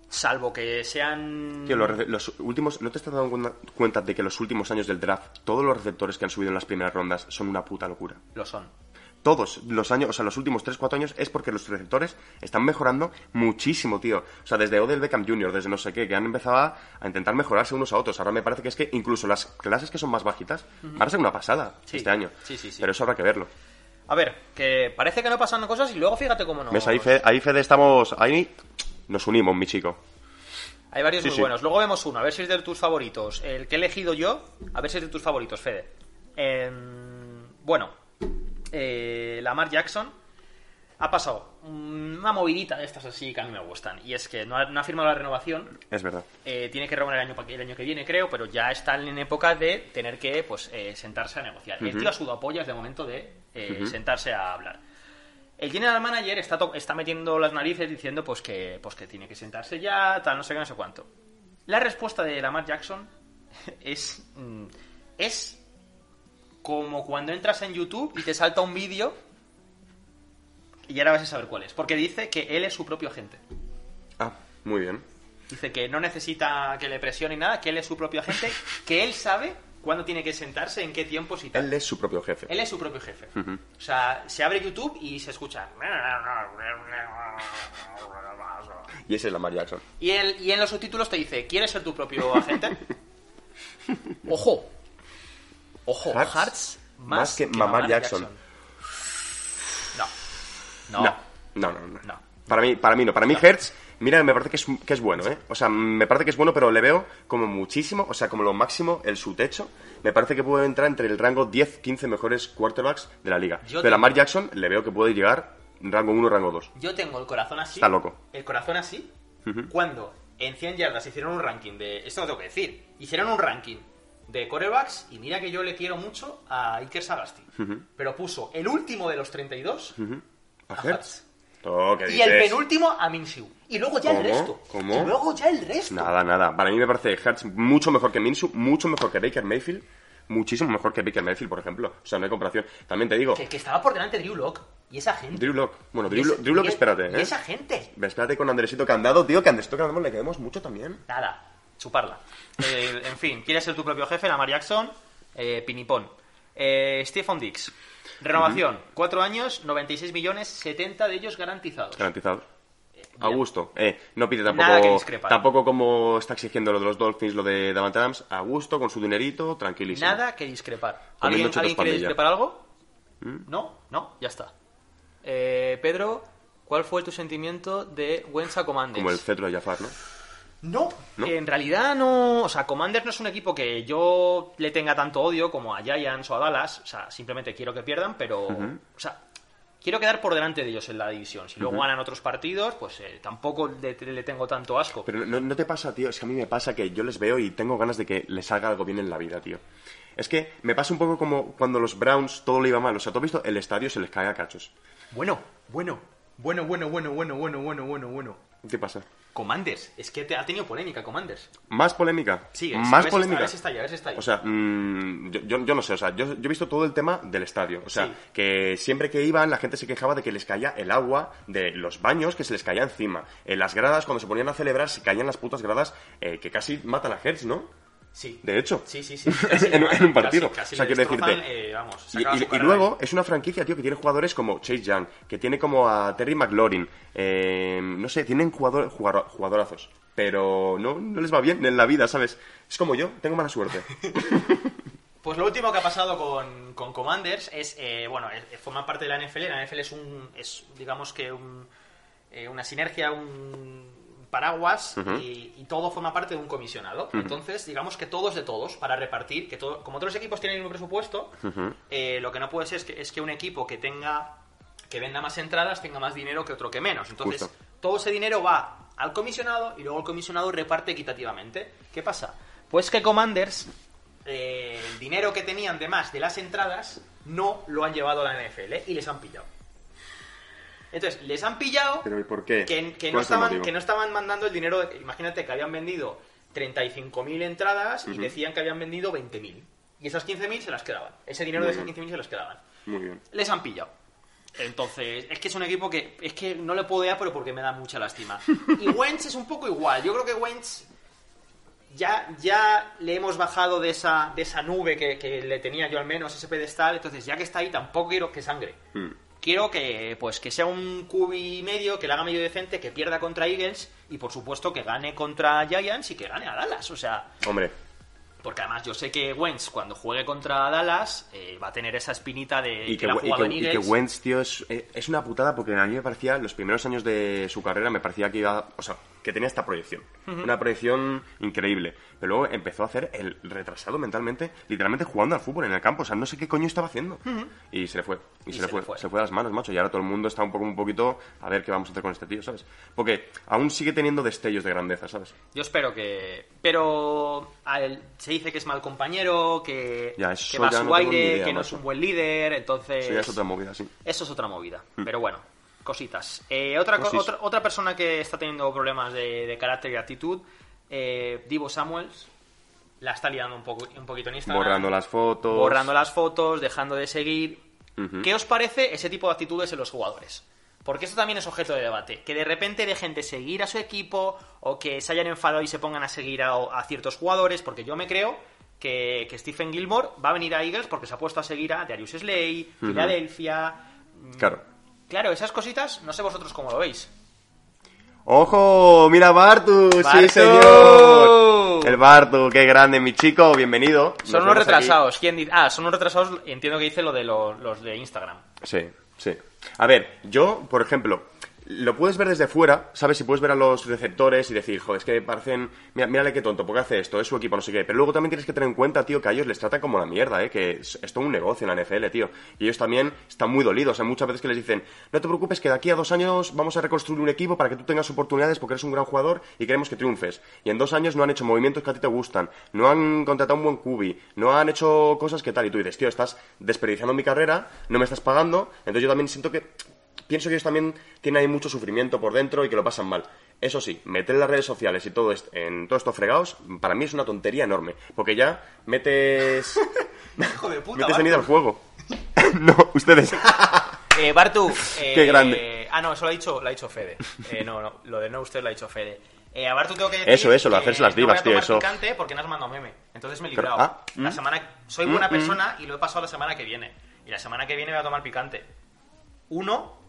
Salvo que sean.
Tío, los, rece- los últimos... ¿No te estás dando cuenta- cuenta de que los últimos años del draft, todos los receptores que han subido en las primeras rondas son una puta locura?
Lo son.
todos los años, o sea, los últimos 3-4 años, es porque los receptores están mejorando muchísimo, tío. O sea, desde Odell Beckham Jr., desde no sé qué, que han empezado a a intentar mejorarse unos a otros. Ahora me parece que es que incluso las clases que son más bajitas van a ser una pasada
Sí.
este año.
Sí, sí, sí.
Pero eso habrá que verlo.
A ver, que parece que no pasan cosas y luego fíjate cómo no.
¿Ves? Ahí, Fede, ahí, Fede, estamos... Ahí nos unimos, mi chico.
Hay varios
Sí,
muy
sí.
buenos. Luego vemos uno, a ver si es de tus favoritos. El que he elegido yo, a ver si es de tus favoritos, Fede. Em, bueno, eh, Lamar Jackson ha pasado una movidita de estas así que a mí me gustan. Y es que no ha, no ha firmado la renovación.
Es verdad.
eh, tiene que renovar el año, pa- el año que viene, creo, pero ya están en época de tener que pues, eh, sentarse a negociar. El tío ha sudado pollas de momento de eh, sentarse a hablar. El general manager está, to- está metiendo las narices diciendo pues que, pues que tiene que sentarse ya, tal, no sé qué, no sé cuánto. La respuesta de Lamar Jackson es, mm, es como cuando entras en YouTube y te salta un vídeo y ahora vas a saber cuál es. Porque dice que él es su propio agente.
Ah, muy bien.
Dice que no necesita que le presione nada, que él es su propio agente, que él sabe cuándo tiene que sentarse, en qué tiempos y tal.
Él es su propio jefe.
Él es su propio jefe. O sea, se abre YouTube y se escucha.
Y ese es Lamar Jackson.
Y, él, y en los subtítulos te dice, ¿quieres ser tu propio agente? Ojo. Ojo, Hearts,
Hearts
más,
más que mamar Jackson.
No. No.
No, no, no.
No.
Para mí, para mí no. Para mí Hertz, mira, me parece que es, que es bueno, ¿eh? O sea, me parece que es bueno, pero le veo como muchísimo, o sea, como lo máximo, el su techo. Me parece que puede entrar entre el rango 10-15 mejores quarterbacks de la liga.
Yo
pero a
tengo-
Mark Jackson le veo que puede llegar rango 1, rango 2.
Yo tengo el corazón así.
Está loco.
El corazón así. Cuando en 100 yardas hicieron un ranking de. Esto no tengo que decir. Hicieron un ranking de corebacks y mira que yo le quiero mucho a Iker Sagasti.
Ujú.
Pero puso el último de los 32 a
Ajá.
Hurts.
Oh, ¿qué
Y el
dices?
penúltimo a Minshew. Y luego ya el
¿Cómo?
resto.
¿Cómo?
Y luego ya el resto.
Nada, nada. Para mí me parece Hertz mucho mejor que Minshew, mucho mejor que Baker Mayfield, muchísimo mejor que Baker Mayfield, por ejemplo. O sea, no hay comparación. También te digo,
Que, que estaba por delante Drew Lock y esa gente.
Drew Lock. Bueno,
Y
Drew,
esa-
Lock- Drew Lock,
y-
espérate,
Y
¿eh?
esa gente.
Espérate con Andresito Candado, tío, que a Andresito Candado le quedemos mucho también.
Nada, chuparla. Eh, en fin, ¿quieres ser tu propio jefe? Lamar Jackson, eh, Pinipón. Eh, Stephen Dix. Renovación, 4 años, 96 millones, 70 de ellos garantizados.
Garantizado.
Bien.
A gusto. Eh, no pide tampoco.
Nada que ¿eh? discrepar.
Tampoco como está exigiendo lo de los Dolphins, lo de Davante Adams. A gusto, con su dinerito, tranquilísimo.
Nada que discrepar.
Comiendo
¿Alguien,
chotos
¿alguien quiere
pandilla. ¿Mm?
discrepar algo? No, no, ya está. Eh, Pedro, ¿cuál fue tu sentimiento de Wenza Commanders?
Como el cetro de Jafar, ¿no?
No,
¿No?
en realidad no. O sea, Commanders no es un equipo que yo le tenga tanto odio como a Giants o a Dallas. O sea, simplemente quiero que pierdan, pero. O sea, quiero quedar por delante de ellos en la división. Si luego ganan otros partidos, pues eh, tampoco le, le tengo tanto asco.
Pero no, no te pasa, tío, es que a mí me pasa que yo les veo y tengo ganas de que les haga algo bien en la vida, tío. Es que me pasa un poco como cuando los Browns todo le iba mal. O sea, tú has visto, el estadio se les cae a cachos.
Bueno, bueno, bueno, bueno, bueno, bueno, bueno, bueno, bueno, bueno.
¿Qué pasa?
Commanders, es que te- ha tenido polémica Commanders.
¿Más polémica?
Sí, es- a ver
¿Más
si-
polémica?
a ver si está ahí, a ver si está ahí.
O sea, mm, yo, yo- yo no sé, o sea, yo, yo he visto todo el tema del estadio. O sea,
Sí.
que siempre que iban la gente se quejaba de que les caía el agua de los baños que se les caía encima. En las gradas, cuando se ponían a celebrar, se caían las putas gradas eh, que casi matan a Hertz, ¿no?
Sí.
De hecho.
Sí, sí, sí.
En- en un partido. O
Casi, casi
sea,
le
quiero decirte-
destrozan, eh, vamos, se
Y,
acaba
y-
su
y
carrera
luego
ahí.
es una franquicia, tío, que tiene jugadores como Chase Young, que tiene como a Terry McLaurin, eh, no sé, tienen jugador, jugar- jugadorazos, pero no, no les va bien en la vida, ¿sabes? Es como yo, tengo mala suerte.
Pues lo último que ha pasado con, con Commanders es, eh, bueno, eh, forman parte de la NFL. La NFL es un, es, digamos que un, eh, una sinergia, un paraguas
Ujú.
y, y todo forma parte de un comisionado. Entonces, digamos que todos de todos para repartir, que todo, como todos los equipos tienen el mismo presupuesto, eh, lo que no puede ser es que, es que un equipo que tenga que venda más entradas tenga más dinero que otro que menos. Entonces,
Justo.
todo ese dinero va al comisionado y luego el comisionado reparte equitativamente. ¿Qué pasa? Pues que Commanders, eh, el dinero que tenían de más de las entradas, no lo han llevado a la NFL y les han pillado. Entonces, les han pillado
Pero ¿y por qué?
que, que
¿Cuál
no
es el
estaban,
motivo?
que no estaban mandando el dinero. de- imagínate que habían vendido 35.000 entradas y decían que habían vendido 20.000. Y esas 15.000 se las quedaban. Ese dinero de
Muy
esas
bien.
15.000 se las quedaban
Muy bien.
les han pillado. Entonces, es que es un equipo que es que no le puedo dar, pero porque me da mucha lástima. Y Wentz es un poco igual. Yo creo que Wentz ya, ya le hemos bajado de esa, de esa nube que, que le tenía yo al menos, ese pedestal. Entonces, ya que está ahí, tampoco quiero que sangre.
Mm.
Quiero que, pues, que sea un cubi y medio, que le haga medio decente, que pierda contra Eagles y, por supuesto, que gane contra Giants y que gane a Dallas. O sea,
Hombre,
porque además yo sé que Wentz, cuando juegue contra Dallas, eh, va a tener esa espinita de
y Eh, que,
la ha
y
jugado
que-
en
y que
Eagles.
Wentz, tío, es, eh, es una putada porque a mí me parecía, los primeros años de su carrera, me parecía que iba, o sea, que tenía esta proyección. Una proyección increíble. Pero luego empezó a hacer el retrasado mentalmente, literalmente jugando al fútbol en el campo. O sea, no sé qué coño estaba haciendo. Y se le fue. Y, se, le fue. Se le fue de las manos, macho. Y ahora todo el mundo está un poco, un poquito, a ver qué vamos a hacer con este tío, ¿sabes? Porque aún sigue teniendo destellos de grandeza, ¿sabes?
Yo espero que... Pero a él se dice que es mal compañero, que,
Ya,
que
eso
va a
ya
su
no tengo ni
aire,
idea,
que no es
macho.
un buen líder, entonces...
Eso ya es otra movida, sí.
Eso es otra movida. Pero bueno, cositas. Eh, otra, co-
Cosis.
otra, otra persona que está teniendo problemas de, de carácter y actitud, eh, Divo Samuels, la está liando un, poco, un poquito en Instagram.
Borrando las fotos.
borrando las fotos, dejando de seguir.
Ujú.
¿Qué os parece ese tipo de actitudes en los jugadores? Porque esto también es objeto de debate. Que de repente dejen de seguir a su equipo o que se hayan enfadado y se pongan a seguir a, a ciertos jugadores, porque yo me creo que, que Stephen Gilmore va a venir a Eagles porque se ha puesto a seguir a Darius Slay,
Ujú.
Filadelfia. Mm,
Claro.
Claro, esas cositas, no sé vosotros cómo lo veis.
¡Ojo! ¡Mira Bartu! ¡Sí,
¡Bartu!
señor! El Bartu, qué grande, mi chico, bienvenido. Nos
Son unos
vemos aquí.
retrasados. ¿Quién dice? Ah, son unos retrasados, entiendo que dice lo de lo- los de Instagram.
Sí, sí. A ver, yo, por ejemplo, lo puedes ver desde fuera, ¿sabes? Si puedes ver a los receptores y decir, joder, es que parecen. Mira, mírale qué tonto, ¿por qué hace esto? Es su equipo, no sé qué. Pero luego también tienes que tener en cuenta, tío, que a ellos les tratan como la mierda, ¿eh? Que es, es todo un negocio en la NFL, tío. Y ellos también están muy dolidos. Hay muchas veces que les dicen, no te preocupes, que de aquí a dos años vamos a reconstruir un equipo para que tú tengas oportunidades porque eres un gran jugador y queremos que triunfes. Y en dos años no han hecho movimientos que a ti te gustan, no han contratado un buen cubi, no han hecho cosas que tal. Y tú dices, tío, estás desperdiciando mi carrera, no me estás pagando. Entonces yo también siento que pienso que ellos también tienen ahí mucho sufrimiento por dentro y que lo pasan mal. Eso sí, meter las redes sociales y todo esto, en todos estos fregados, para mí es una tontería enorme. Porque ya metes.
Hijo de puta.
metes
Bartu.
venida al juego. no, ustedes.
Eh, Bartu. eh,
Qué grande.
Ah, no, eso lo ha dicho, lo ha dicho Fede. Eh, no, no, lo de no usted lo ha dicho Fede. Eh, a Bartu tengo que decir
Eso, eso, lo
que
hacerse las
no voy a
divas, tío,
tomar
eso.
picante porque no has mandado meme. Entonces me he
Pero-
librado.
ah,
la
mm.
semana, soy buena
Mm, mm.
persona y lo he pasado la semana que viene. Y la semana que viene voy a tomar picante. Uno,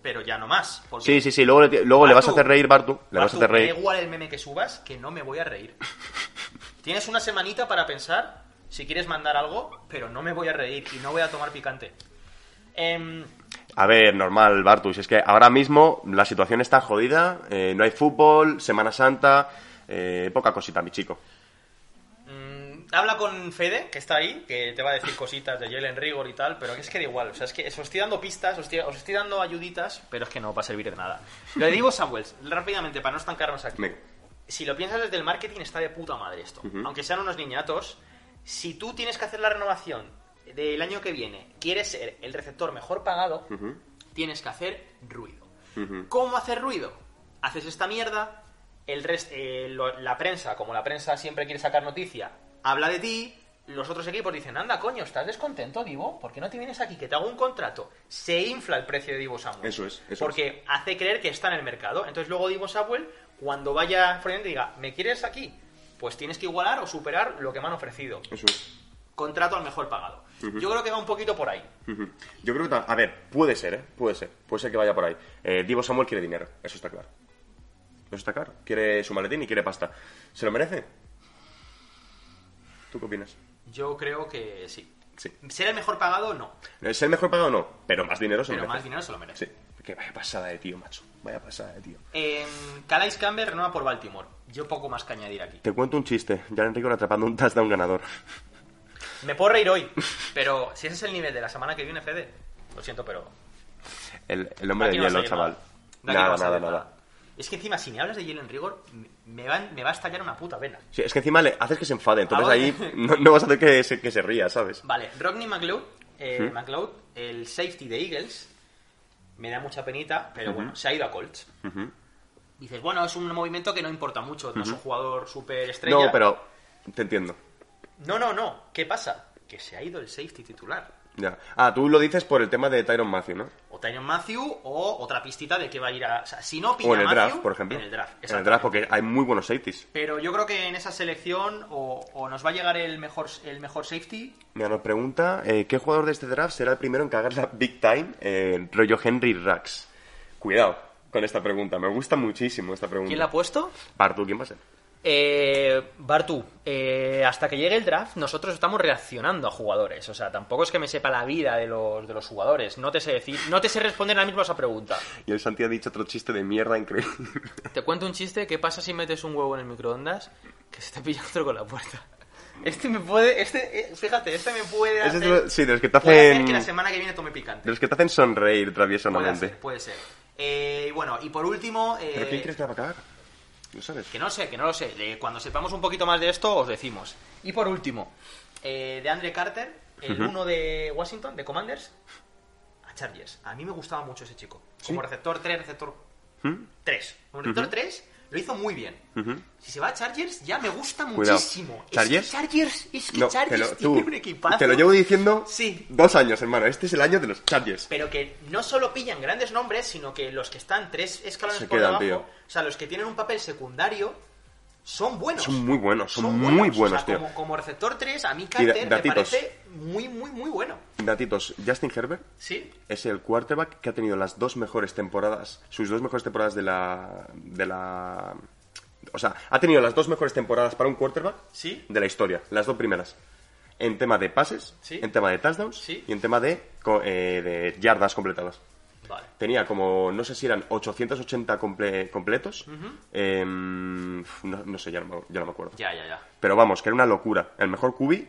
pero ya no más. porque-
Sí, sí, sí, luego, le, luego le vas a
Bartu.
hacer reír, Bartu. Le vas a
Bartu,
hacer
Me da
reír.
igual el meme que subas, que no me voy a reír. Tienes una semanita para pensar si quieres mandar algo, pero no me voy a reír y no voy a tomar picante. Em,
A ver, normal, Bartu. Si es que ahora mismo la situación está jodida, eh, no hay fútbol, Semana Santa, eh, poca cosita, mi chico.
mm, habla con Fede, que está ahí, que te va a decir cositas de Jalen Rigor y tal, pero es que da igual. O sea, es que os estoy dando pistas, os estoy, os estoy dando ayuditas, pero es que no va a servir de nada. Lo de Divo Samuels, rápidamente, para no estancarnos aquí.
Venga.
si lo piensas desde el marketing, está de puta madre esto. Aunque sean unos niñatos, si tú tienes que hacer la renovación del año que viene, quieres ser el receptor mejor pagado, tienes que hacer ruido.
Ujú.
¿Cómo hacer ruido? Haces esta mierda, el rest- eh, lo- la prensa, como la prensa siempre quiere sacar noticia, habla de ti, los otros equipos dicen, anda coño, ¿estás descontento, Divo? ¿Por qué no te vienes aquí? Que te hago un contrato. Se infla el precio de Divo Samuel.
Eso es, eso
Porque hace creer que está en el mercado. Entonces luego Divo Samuel, cuando vaya frente y diga, ¿me quieres aquí? Pues tienes que igualar o superar lo que me han ofrecido.
Eso es.
Contrato al mejor pagado. Yo creo que va un poquito por ahí.
Ujú. Yo creo que, ta- a ver, puede ser, ¿eh? Puede ser, puede ser que vaya por ahí. Eh, Divo Samuel quiere dinero, eso está claro. Eso está claro. Quiere su maletín y quiere pasta. ¿Se lo merece? ¿Tú qué opinas?
Yo creo que sí.
Sí.
¿Ser el mejor pagado? No.
¿Es el mejor pagado o no? Pero más dinero se
Pero
merece.
más dinero se lo merece.
Sí. Que vaya pasada de tío, macho. Vaya pasada de tío.
Eh, Calais Campbell renueva por Baltimore. Yo poco más que añadir aquí.
Te cuento un chiste. Jalen Rigor atrapando un touchdown ganador.
Me puedo reír hoy, pero si ese es el nivel de la semana que viene, Fede, lo siento, pero...
El, el hombre de
aquí no
Eh,
va a
hielo,
salir
chaval.
nada. De aquí no va
Nada, nada,
a salir
nada.
Es que encima, si me hablas de Jalen Rigor, me- me, van- me va a estallar una puta vena.
Sí, es que encima le haces que se enfade, entonces
Ah, vale.
ahí no, no vas a hacer que se, que se ría, ¿sabes?
Vale, Rodney McLeod, eh, McLeod, el safety de Eagles, me da mucha penita, pero bueno, se ha ido a Colts. Dices, bueno, es un movimiento que no importa mucho, no es un jugador súper estrella.
No, pero te entiendo.
No, no, no. ¿Qué pasa? Que se ha ido el safety titular.
Ya. Ah, tú lo dices por el tema de Tyron Matthew, ¿no?
O Tyron Matthew o otra pistita de que va a ir a... O sea, si no pilla
O en el
Matthew,
draft, por ejemplo.
En el draft,
En el
exactamente.
draft, porque hay muy buenos safeties.
Pero yo creo que en esa selección o, o nos va a llegar el mejor, el mejor safety.
Mira, nos pregunta, eh, ¿qué jugador de este draft será el primero en cagarla big time? Eh, rollo Henry Rax. Cuidado con esta pregunta, me gusta muchísimo esta pregunta.
¿Quién la ha puesto?
Bartu, ¿quién va a ser?
Eh, Bartu, eh, hasta que llegue el draft nosotros estamos reaccionando a jugadores. O sea, tampoco es que me sepa la vida de los, de los jugadores. No te sé decir, no te sé responder ahora mismo a esa pregunta.
Y el Santi ha dicho otro chiste de mierda increíble.
Te cuento un chiste, ¿qué pasa si metes un huevo en el microondas? Que se te pilla otro con la puerta. Este me puede, este, eh, fíjate, este me puede
Ese
hacer,
es de- sí, de los que te
puede hacer
hacen-
que la semana que viene tome picante.
De los que te hacen sonreír
Puede
traviesanamente.
ser, puede ser. Eh, y bueno, y por último, eh,
¿Pero quién crees que la va a cagar? No sabes.
que no sé, que no lo sé, de- cuando sepamos un poquito más de esto os decimos. Y por último, eh, de Andre Carter, el uno de Washington, de Commanders, a Chargers. A mí me gustaba mucho ese chico, como receptor 3, receptor
¿Mm?
3. Como receptor 3 lo hizo muy bien.
Ujú.
Si se va a Chargers, ya me gusta
Cuidado.
muchísimo.
¿Chargers?
Es que Chargers, es que
No, te
Chargers
lo,
tiene
tú,
un equipazo.
te lo llevo diciendo
Sí.
dos años, hermano. Este es el año de los Chargers.
Pero que no solo pillan grandes nombres, sino que los que están tres escalones
Se
por
quedan,
debajo,
tío.
o sea, los que tienen un papel secundario, son buenos.
Son muy buenos, son muy buenos,
o sea,
tío.
Como, como receptor 3, a mí
da-
Carter me
datitos.
parece muy, muy, muy bueno.
Datitos, Justin Herbert
¿Sí?
es el quarterback que ha tenido las dos mejores temporadas, sus dos mejores temporadas de la... de la... O sea, ha tenido las dos mejores temporadas para un quarterback
Sí.
de la historia, las dos primeras. En tema de pases,
Sí.
en tema de touchdowns
Sí.
y en tema de, co- eh, de yardas completadas.
Vale.
Tenía como, no sé si eran 880 comple- completos. Em, no, no sé, ya no, me- ya no me acuerdo.
Ya, ya, ya.
Pero vamos, que era una locura. El mejor cubi,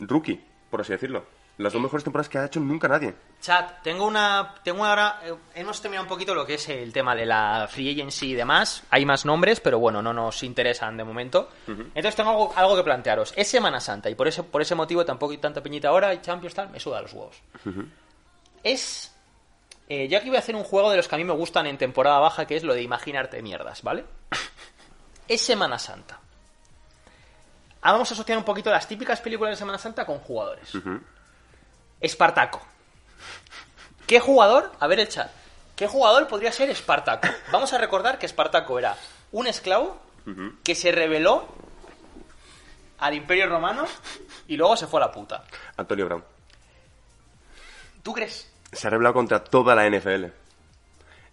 rookie, por así decirlo. Las dos mejores temporadas que ha hecho nunca nadie.
Chat, tengo una. Tengo ahora. eh, hemos terminado un poquito lo que es el tema de la free agency y demás. Hay más nombres, pero bueno, no nos interesan de momento. Entonces tengo algo, algo que plantearos. Es Semana Santa y por ese, por ese motivo tampoco hay tanta peñita ahora y Champions tal, me suda los huevos. Es. eh, yo aquí voy a hacer un juego de los que a mí me gustan en temporada baja, que es lo de imaginarte mierdas, ¿vale? es Semana Santa. Ah, vamos a asociar un poquito las típicas películas de Semana Santa con jugadores. Espartaco. ¿Qué jugador? A ver el chat. ¿Qué jugador podría ser Espartaco? Vamos a recordar que Espartaco era un esclavo que se rebeló al Imperio Romano y luego se fue a la puta.
Antonio Brown.
¿Tú crees?
Se ha revelado contra toda la NFL.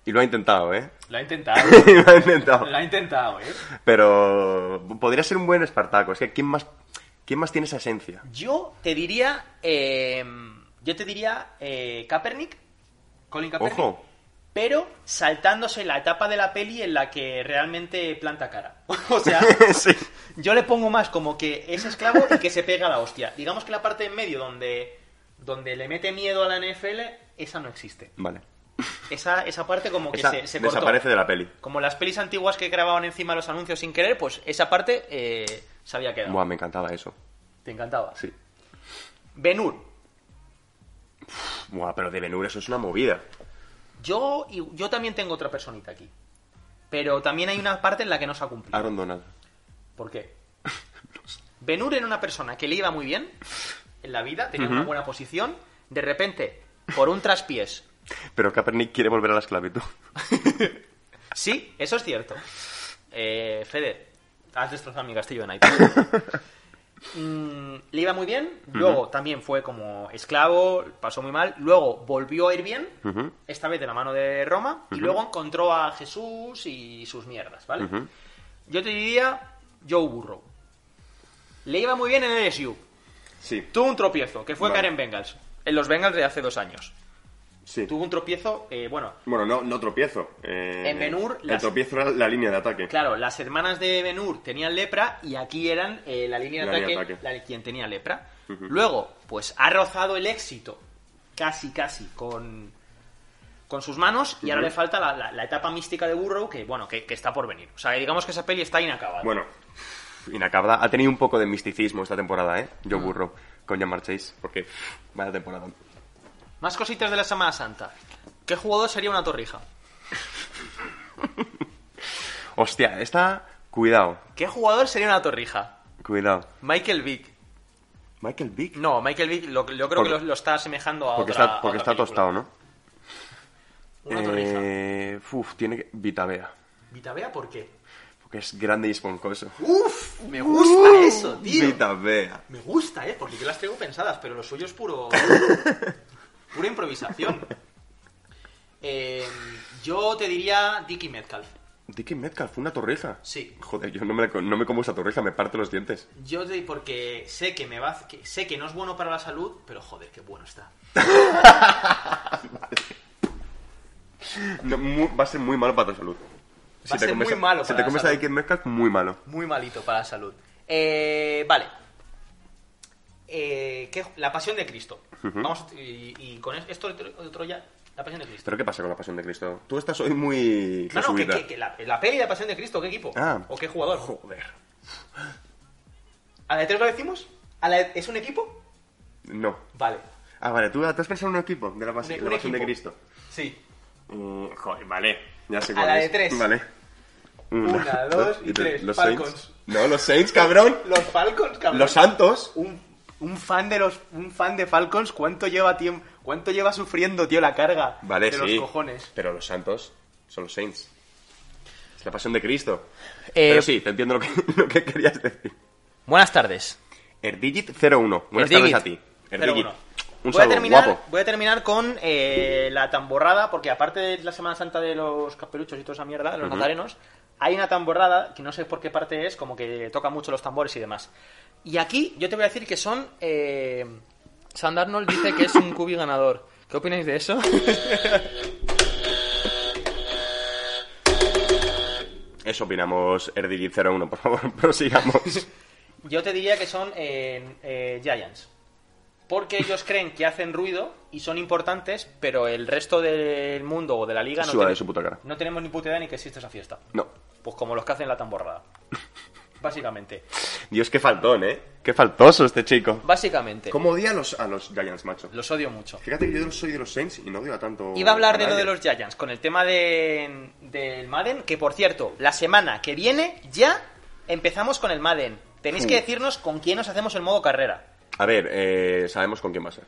Y lo ha intentado, ¿eh?
Lo ha intentado.
lo ha intentado.
ha intentado, ¿eh?
Pero podría ser un buen Espartaco. Es que ¿quién más, quién más tiene esa esencia?
Yo te diría. eh, yo te diría. eh, Kaepernick. Colin Kaepernick.
Ojo.
Pero saltándose la etapa de la peli en la que realmente planta cara. o sea.
sí.
Yo le pongo más como que es esclavo y que se pega a la hostia. Digamos que la parte en medio donde, donde le mete miedo a la NFL, esa no existe.
Vale.
Esa, esa parte como que
Esa
se, se cortó.
desaparece de la peli.
Como las pelis antiguas que grababan encima los anuncios sin querer, pues esa parte eh, se había quedado.
Buah, me encantaba eso.
Te encantaba.
Sí.
Benur.
Buah, pero de Benur eso es una movida.
Yo, y- yo también tengo otra personita aquí. Pero también hay una parte en la que no se ha cumplido.
Aaron Donald.
¿Por qué? Benur era una persona que le iba muy bien en la vida, tenía una buena posición. De repente, por un traspiés,
Pero Kaepernick quiere volver a la esclavitud.
Sí, eso es cierto. Eh, Fede, has destrozado mi castillo de naipes. Mm, le iba muy bien, luego también fue como esclavo, pasó muy mal, luego volvió a ir bien,
Ujú.
esta vez de la mano de Roma, y luego encontró a Jesús y sus mierdas, ¿vale?
Ujú.
Yo te diría Joe Burrow. Le iba muy bien en el SU.
Sí.
Tuvo un tropiezo, que fue
Vale.
Karen Bengals. En los Bengals de hace dos años.
Sí.
Tuvo un tropiezo, eh, bueno,
Bueno, no, no tropiezo. Eh,
En Ben-Hur,
El
las-
tropiezo era la línea de ataque.
Claro, las hermanas de Benur tenían lepra y aquí eran eh, la línea de
La
ataque,
línea de ataque.
la de quien tenía lepra. Luego, pues ha rozado el éxito, casi, casi, con, con sus manos y ahora
Ujú.
le falta la, la- la etapa mística de Burrow que, bueno, que, que está por venir. O sea, digamos que esa peli está inacabada.
Bueno, Inacabada ha tenido un poco de misticismo esta temporada, ¿eh? Yo burro con Jamar Chase, porque vaya temporada.
Más cositas de la Semana Santa. ¿Qué jugador sería una torrija?
Hostia, esta... Cuidado,
¿Qué jugador sería una torrija?
cuidado.
Michael Vick.
Michael Vick.
No, Michael Vick lo, yo creo
Porque-
que lo, lo está asemejando a
Porque
otra
está,
a
porque
otra
está
película.
tostado, ¿no?
Una torrija.
Eh, uf, tiene que... Vitavea.
¿Vitabea por qué?
Porque es grande y esponjoso.
¡Uf! Me gusta eso, tío.
Vitavea.
Me gusta, ¿eh? Porque yo las tengo pensadas, pero lo suyo es puro. pura improvisación. Eh, yo te diría Dicky Metcalf.
Dickie Metcalf, una torreja.
Sí.
Joder, yo no me, la co- no me como esa torreja, me parto los dientes.
Yo te porque sé que me va a- que sé que no es bueno para la salud, pero joder, qué bueno está.
No, mu- va a ser muy malo para tu salud.
Mm. a ser
comes
muy malo
Si
para
te
la
comes a
salud.
Dickie Metcalf, muy malo.
Muy malito para la salud. Eh, vale. Eh, ¿qué- la pasión de Cristo. Vamos, y, y con esto otro, otro ya. La pasión de Cristo.
¿Pero qué pasa con la pasión de Cristo? Tú estás hoy muy
No, no, que,
jesuita.
que- que la, la peli de la pasión de Cristo, ¿qué equipo?
Ah.
¿O qué jugador?
Joder.
¿A la de tres lo decimos? ¿A la de- ¿Es un equipo?
No.
Vale.
Ah, vale, ¿tú, tú has pensado en un equipo de la, pas-
Un-
la
un
pasión de
equipo.
Cristo.
Sí.
Mm, joder, vale. Ya sé
A
cuál
la
es.
de tres.
Vale.
Una, dos y tres. Falcons.
Saints. No, los Saints, cabrón.
Los Falcons, cabrón.
Los Santos.
un, un fan de los un fan de Falcons, ¿cuánto lleva tiempo, cuánto lleva sufriendo, tío, la carga
Vale,
de
sí.
los cojones?
Pero los santos son los saints. Es la pasión de Cristo.
Eh,
Pero sí, te entiendo lo que, lo que querías decir.
Buenas tardes.
Erdigit 01. Buenas tardes
Erdigit.
a ti. Erdigit.
01.
Un
voy, a
saludo,
terminar,
guapo.
voy a terminar con eh, la tamborrada, porque aparte de la Semana Santa de los capeluchos y toda esa mierda, de los nazarenos, hay una tamborrada que no sé por qué parte es, como que toca mucho los tambores y demás. Y aquí yo te voy a decir que son. Eh, Sandarnold dice que es un cubi ganador. ¿Qué opináis de eso?
Eso opinamos, Erdigit01, por favor, prosigamos.
Yo te diría que son eh, eh, Giants. Porque ellos creen que hacen ruido y son importantes, pero el resto del mundo o de la liga no,
Suda de
tiene-
su puta cara.
no tenemos ni puta idea ni que existe esa fiesta.
No.
Pues como los que hacen la tamborrada. Básicamente.
Dios, qué faltón, ¿eh? Qué faltoso este chico.
Básicamente.
¿Cómo odia a los, a los Giants, macho?
Los odio mucho.
Fíjate que yo soy de los Saints y no odio a tanto...
Iba a hablar de lo
nadie.
de los Giants con el tema de, del Madden, que por cierto, la semana que viene ya empezamos con el Madden. Tenéis que
Sí.
decirnos con quién nos hacemos el modo carrera.
A ver, eh, sabemos con quién va a ser.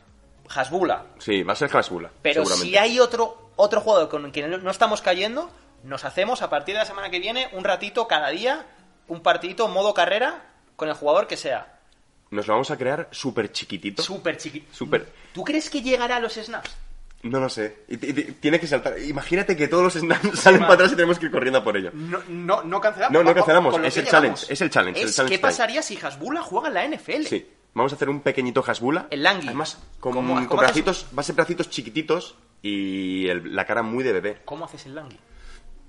Hasbula.
Sí, va a ser Hasbula,
Pero
seguramente.
si hay otro, otro jugador con el que no estamos cayendo, nos hacemos a partir de la semana que viene un ratito cada día, un partidito modo carrera con el jugador que sea.
Nos lo vamos a crear súper chiquitito.
Súper chiquito.
Súper.
¿Tú crees que llegará a los snaps?
No lo sé. Y, y- y- tiene que saltar. Imagínate que todos los snaps salen para atrás y tenemos que ir corriendo a por ello.
No, no, no cancelamos.
No, no
Con- con-
cancelamos.
con lo
Es
que
el challenge,
llevamos.
es el challenge, el
Es
challenge
¿Qué
time.
pasaría si Hasbula juega en la NFL?
Sí. Vamos a hacer un pequeñito hasbula.
El langui.
Además, con,
¿Cómo-
con
cómo haces-
bracitos, va a ser bracitos chiquititos y el- la cara muy de bebé.
¿Cómo haces el langui?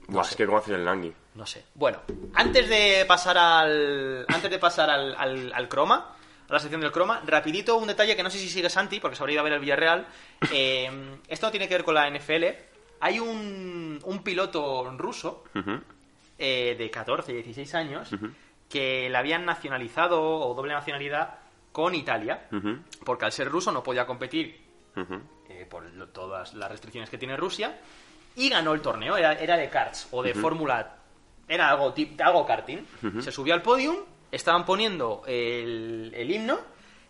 Buah, es que cómo hacer el langui.
No sé. Bueno, antes de pasar al. Antes de pasar al, al, al croma, a la sección del croma, rapidito un detalle que no sé si sigue Santi, porque se habría ido a ver el Villarreal. Eh, esto no tiene que ver con la NFL. Hay un, un piloto ruso
Ujú.
eh, de 14, 16 años que le habían nacionalizado o doble nacionalidad con Italia,
Ujú.
porque al ser ruso no podía competir
Ujú.
eh, por lo- todas las restricciones que tiene Rusia, y ganó el torneo. Era, era de karts o de Fórmula. Era algo, tip- algo karting. Se subió al podium, estaban poniendo el, el himno,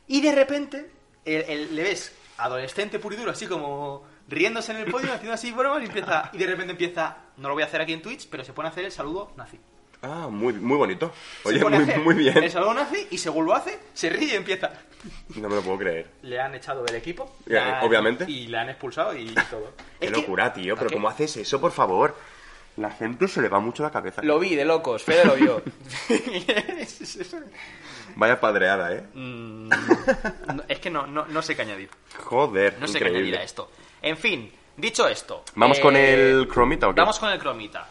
y de repente el- el- le ves adolescente puro y duro, así como riéndose en el podio, haciendo así bromas, y, empieza, y de repente empieza. No lo voy a hacer aquí en Twitch, pero se pone a hacer el saludo nazi.
Ah, muy, muy bonito.
Se
Oye,
pone a
muy,
hacer
muy bien.
El saludo nazi, y según lo hace, se ríe y empieza.
No me lo puedo creer.
Le han echado del equipo.
Ya,
le han-
obviamente.
Y le han expulsado y todo.
Qué
Es que-
locura, tío. Pero
¿Qué?
¿cómo haces eso, por favor? La gente se le va mucho la cabeza.
Lo vi, de locos, Fede lo vio.
Vaya padreada, ¿eh?
Mm, no, es que no, no, no sé qué añadir.
Joder,
No sé qué
increíble.
añadir a esto. En fin, dicho esto. eh,
¿Vamos con el cromita o qué?
Vamos con el cromita.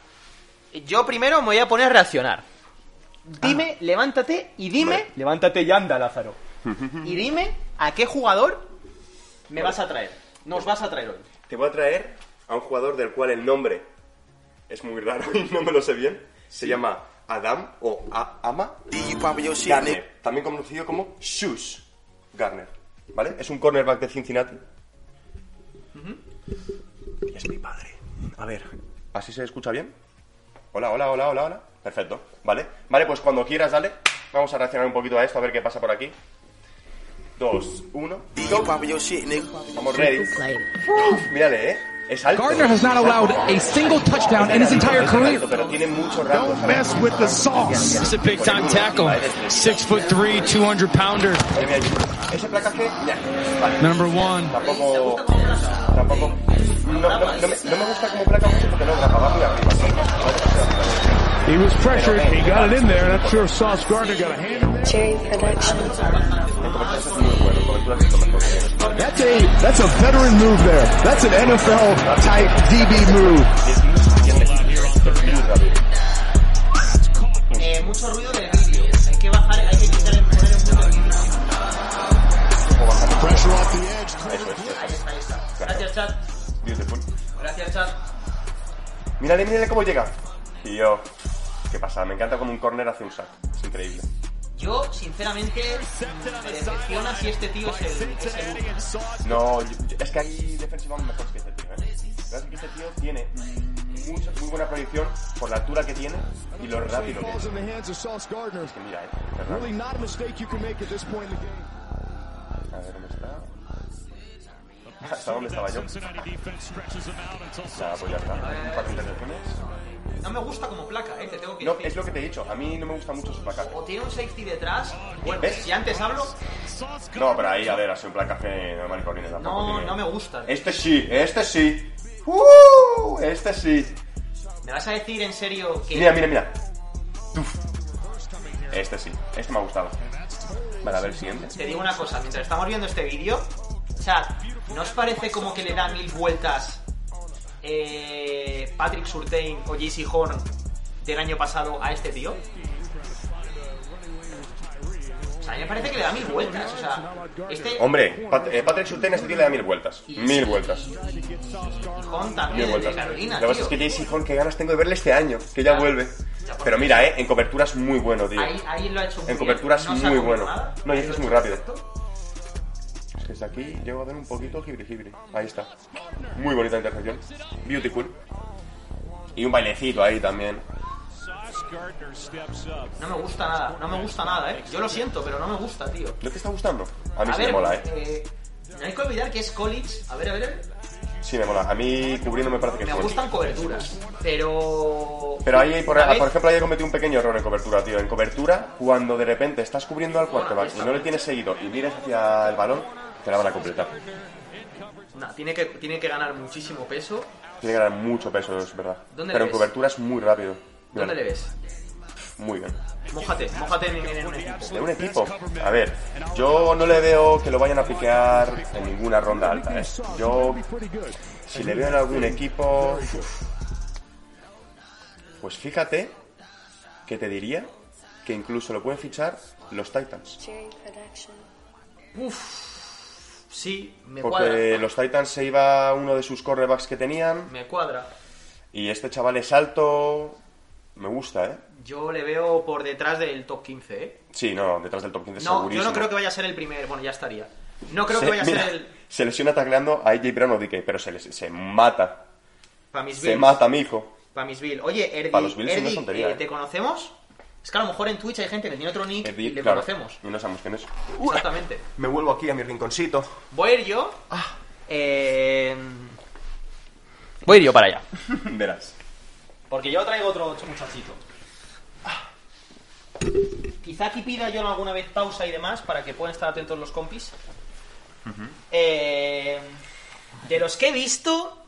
Yo primero me voy a poner a reaccionar. Dime,
Ah.
levántate y dime.
Vale.
Levántate y anda, Lázaro. y dime a qué jugador me vas a traer. Nos vas a traer hoy.
Te voy a traer a un jugador del cual el nombre es muy raro y no me lo sé bien. Se llama Adam o A- Ama Garner, también conocido como Shoes Garner. ¿Vale? Es un cornerback de Cincinnati. Es mi padre. A ver, ¿así se escucha bien? Hola, hola, hola, hola, hola. Perfecto, ¿vale? Vale, pues cuando quieras, dale. Vamos a reaccionar un poquito a esto, a ver qué pasa por aquí. Dos, uno.
Go pop your shit, nigga.
Estamos ready. Mírale, ¿eh? Es alto.
Gardner has not allowed a single touchdown in his entire
Es alto,
career.
Pero tiene mucho rango. ¿sabes?
mess with the sauce. It's a big time tackle. Six foot three, 200 pounder.
Pero mira, Ese placaje, ya. Vale.
Number one.
Tampoco. Tampoco. No, no, no me, no me gusta como placa mucho porque no grapa, va muy arriba. ¿no? Va demasiado arriba.
He was pressured. He got it in there. And I'm sure Sauce Gardner got a hand on it.
Cherry Productions.
El cobertura es muy bueno, el cobertura es muy bueno.
That's a, that's a veteran move there. That's an NFL type DB move.
Eh, mucho ruido de vídeo. Hay que bajar, hay que quitar el poner el ruido de vídeo.
Pressure off the edge.
Eso es, eso
Ahí
es.
está, ahí está. Gracias, chat.
Beautiful.
Gracias, chat.
Mírale, mírale cómo llega. Y yo. Qué pasa, me encanta como un corner hace un sack. Es increíble.
Yo, sinceramente, me decepciona si este tío es el. es el-
No, yo- yo- es que hay defensivos mejores que este tío, ¿eh? Lo que pasa es que este tío tiene mucha, muy buena proyección por la altura que tiene y lo rápido que es.
Falls in the hands of Sauce Gardner.
Que Mira, eh, qué
Really
rápido.
not a mistake you can make at this point in the game.
A ver dónde está. ¿Hasta dónde estaba yo? Nada, pues ya está. Un par de intercepciones.
No me gusta como placa, eh, te tengo que
No,
decir.
es lo que te he dicho. A mí no me gusta mucho su placaje.
O tiene un safety detrás. Bueno,
¿Ves?
si antes hablo,
No, pero ahí, a ver, así un placaje normal y corriente tampoco
no,
tiene-
no me gusta.
Este sí, este sí. ¡Uh! Este sí.
¿Me vas a decir en serio que.?
Mira, mira, mira. Tuf. Este sí. Este me ha gustado. Vale, a ver el siguiente.
Te digo una cosa, mientras estamos viendo este vídeo, chat, ¿no os parece como que le da mil vueltas eh, Patrick Surtain o JC Horn del año pasado a este tío? O sea, a mí me parece que le da mil vueltas. O sea, este
Hombre, Pat- eh, Patrick Surtain a este tío le da mil vueltas.
Y-
Mil vueltas.
Horn
Mil
también el de
vueltas.
Carolina,
Lo que pasa
tío.
es que Jay Sihon, qué ganas tengo de verle este año, que ya
Ya.
vuelve.
Ya, por
Pero
fin.
mira, eh, en cobertura es muy bueno, tío.
Ahí, ahí lo ha hecho muy
En
bien.
cobertura es
No se ha
muy
comido
bueno.
nada.
No, y es que es muy rápido.
Perfecto.
Es que desde aquí llego a ver un poquito jibri jibri. Ahí está. Muy bonita intercepción. Beautiful. Y un bailecito ahí también.
No me gusta nada, no me gusta nada, eh. Yo lo siento, pero no me gusta, tío.
¿No te está gustando? A mí
a
sí
ver,
me mola, eh.
eh, No hay que olvidar que es college. A ver, a ver, a ver.
Sí me mola. A mí cubriendo me parece que
Me
es bueno.
gustan coberturas, pero.
Pero ahí, por,
Una vez-
por ejemplo, ayer cometí un pequeño error en cobertura, tío. En cobertura, cuando de repente estás cubriendo al quarterback y no le tienes seguido y miras hacia el balón, te la van a completar.
Nah, tiene, que, tiene que ganar muchísimo peso.
Tiene que ganar mucho peso, es verdad.
¿Dónde
Pero
le
en
ves?
cobertura es muy rápido.
¿Dónde
Bien.
le ves?
Muy bien.
Mójate, mójate en, en un equipo.
De un equipo. A ver, yo no le veo que lo vayan a piquear en ninguna ronda alta. ¿eh? Yo, si le veo en algún equipo. Pues fíjate que te diría que incluso lo pueden fichar los Titans.
Jerry Production.
Sí, me cuadra.
Porque los Titans se iba uno de sus cornerbacks que tenían.
Me cuadra.
Y este chaval es alto. Me gusta, ¿eh?
Yo le veo por detrás del top 15, ¿eh?
Sí, no, detrás del top 15
No, yo
segurísimo.
no creo que vaya a ser el primer. Bueno, ya estaría. No creo que
Se-
vaya a
mira,
ser el.
Se lesiona tacleando a AJ Brown o DK, pero se, les- se mata.
Para mis
Se
Bills.
mata, mijo.
Para mis Bills. Oye, Erdi,
Pa' los Bills es una
Erdi,
tontería,
eh,
¿eh?
¿te conocemos? Es que a lo mejor en Twitch hay gente que tiene otro nick
Erdi,
y le
Eh, claro, Uh.
conocemos.
Y no sabemos quién es.
Exactamente.
Me vuelvo aquí a mi rinconcito.
Voy a ir yo. Eh, Ah. Voy a ir yo para allá.
Verás.
Porque yo traigo otro muchachito. Quizá aquí pida yo alguna vez pausa y demás para que puedan estar atentos los compis. Eh, de los que he visto,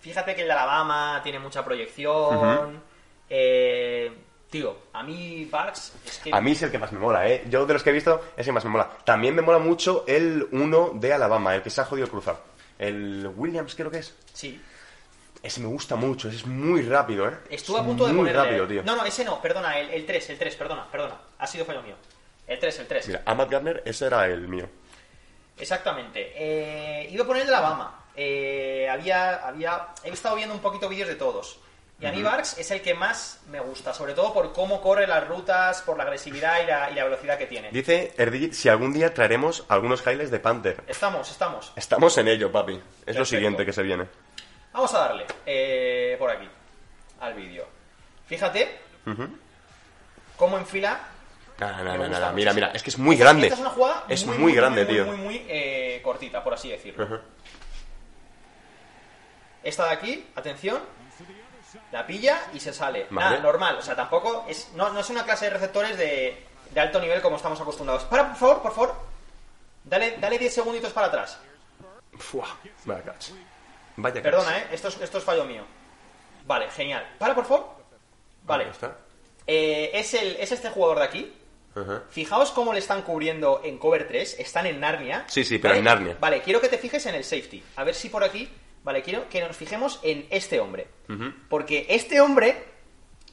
fíjate que el de Alabama tiene mucha proyección. Eh, tío, a mí Parks es que...
A mí es el que más me mola, ¿eh? Yo de los que he visto es el que más me mola. También me mola mucho el uno de Alabama, el que se ha jodido el cruzado. El Williams creo que es.
Sí.
Ese me gusta mucho, ese es muy rápido, ¿eh?
Estuve a
Es
punto de
Muy
ponerle...
rápido, tío.
No, no, ese no, perdona, el, el 3, el 3, perdona, perdona. Ha sido fallo mío. El 3, el 3.
Mira, Ahmad Gardner, ese era el mío.
Exactamente. Eh, iba a poner el de Alabama. Eh, había, había, he estado viendo un poquito vídeos de todos. Y a mí Barks es el que más me gusta, sobre todo por cómo corre las rutas, por la agresividad y la, y la velocidad que tiene.
Dice Erdigit si algún día traeremos algunos highlights de Panther.
Estamos, estamos.
Estamos en ello, papi. Es
Perfecto.
lo siguiente que se viene.
Vamos a darle eh, por aquí al vídeo. Fíjate
Ujú.
cómo enfila.
Nah, nah, nah,
Me
nah,
gusta
Mira,
mucho.
mira, es que es muy grande.
Esta es una jugada
Es muy, grande,
muy,
tío.
Muy, muy, muy, eh, cortita, por así decirlo.
Ajá.
Esta de aquí, atención. La pilla y se sale.
Vale.
Nada, normal. O sea, tampoco es. No, no es una clase de receptores de, de alto nivel como estamos acostumbrados. Para, por favor, por favor. Dale, dale 10 segunditos para atrás.
Fua, vaya catch. Vaya catch.
Perdona, eh. Esto es, esto es fallo mío. Vale, genial. Para, por favor. Vale.
Ahí está.
Eh, es, el, es este jugador de aquí.
Ajá.
Fijaos cómo le están cubriendo en cover 3. Están en Narnia.
Sí, sí, pero en Narnia.
Vale, quiero que te fijes en el safety. A ver si por aquí. Vale, quiero que nos fijemos en este hombre. Porque este hombre.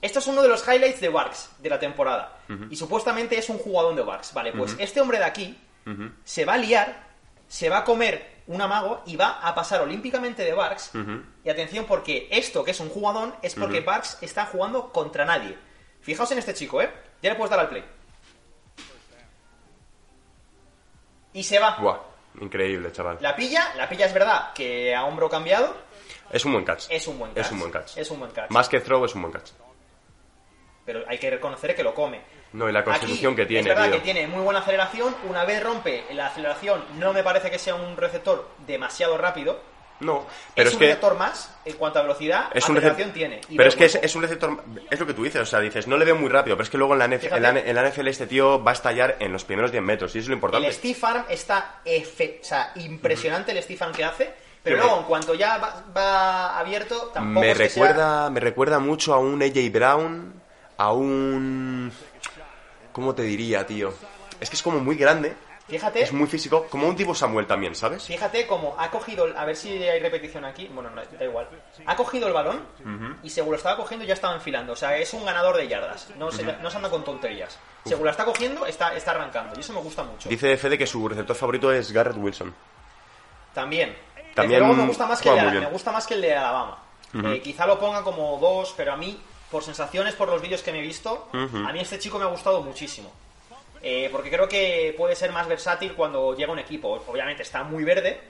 Esto es uno de los highlights de Barks de la temporada. Y supuestamente es un jugador de Barks. Vale, pues este hombre de aquí se va a liar, se va a comer un amago y va a pasar olímpicamente de Barks. Y atención, porque esto que es un jugadón es porque Barks está jugando contra nadie. Fijaos en este chico, ¿eh? Ya le puedes dar al play. Y se va.
Buah, increíble, chaval.
La pilla, la pilla es verdad que a hombro cambiado
Es un buen catch.
es un buen catch.
Es un buen catch.
Es un buen catch.
Más que throw, es un buen catch.
Pero hay que reconocer que lo come.
No, y la constitución
Aquí,
que tiene,
Es verdad
tío.
que tiene muy buena aceleración. Una vez rompe la aceleración, no me parece que sea un receptor demasiado rápido.
No, pero
es,
es,
un
que...
receptor más en cuanto a velocidad,
Es un
aceleración
recep-
tiene. y
Pero
buen
es que es,
cuerpo.
es un receptor. Es lo que tú dices, o sea, dices, no le veo muy rápido, pero es que luego en la, NF en la,
Fíjate.
en la NFL este tío va a estallar en los primeros 10 metros, y eso es lo importante.
El Steve Farm está efe- o sea, impresionante el Steve Farm que hace, pero
Yo
luego
me-
en cuanto ya va, va abierto, tampoco
Me
es que sea-
recuerda, me recuerda mucho a un AJ Brown, a un... ¿Cómo te diría, tío? Es que es como muy grande,
Fíjate.
Es muy físico, como un tipo Samuel también, ¿sabes?
Fíjate cómo ha cogido, el- a ver si hay repetición aquí, bueno, no, da igual. Ha cogido el balón y según lo estaba cogiendo ya estaba enfilando, o sea, es un ganador de yardas, no se, no se anda con tonterías. Según la está cogiendo, está, está arrancando y eso me gusta mucho.
Dice Fede que su receptor favorito es Garrett Wilson.
También.
También
Desde luego me gusta más que, el
juega
de,
muy bien.
me gusta más que el de Alabama. Eh, quizá lo ponga como dos, pero a mí, por sensaciones, por los vídeos que me he visto, a mí este chico me ha gustado muchísimo. Eh, porque creo que puede ser más versátil cuando llega un equipo. Obviamente está muy verde,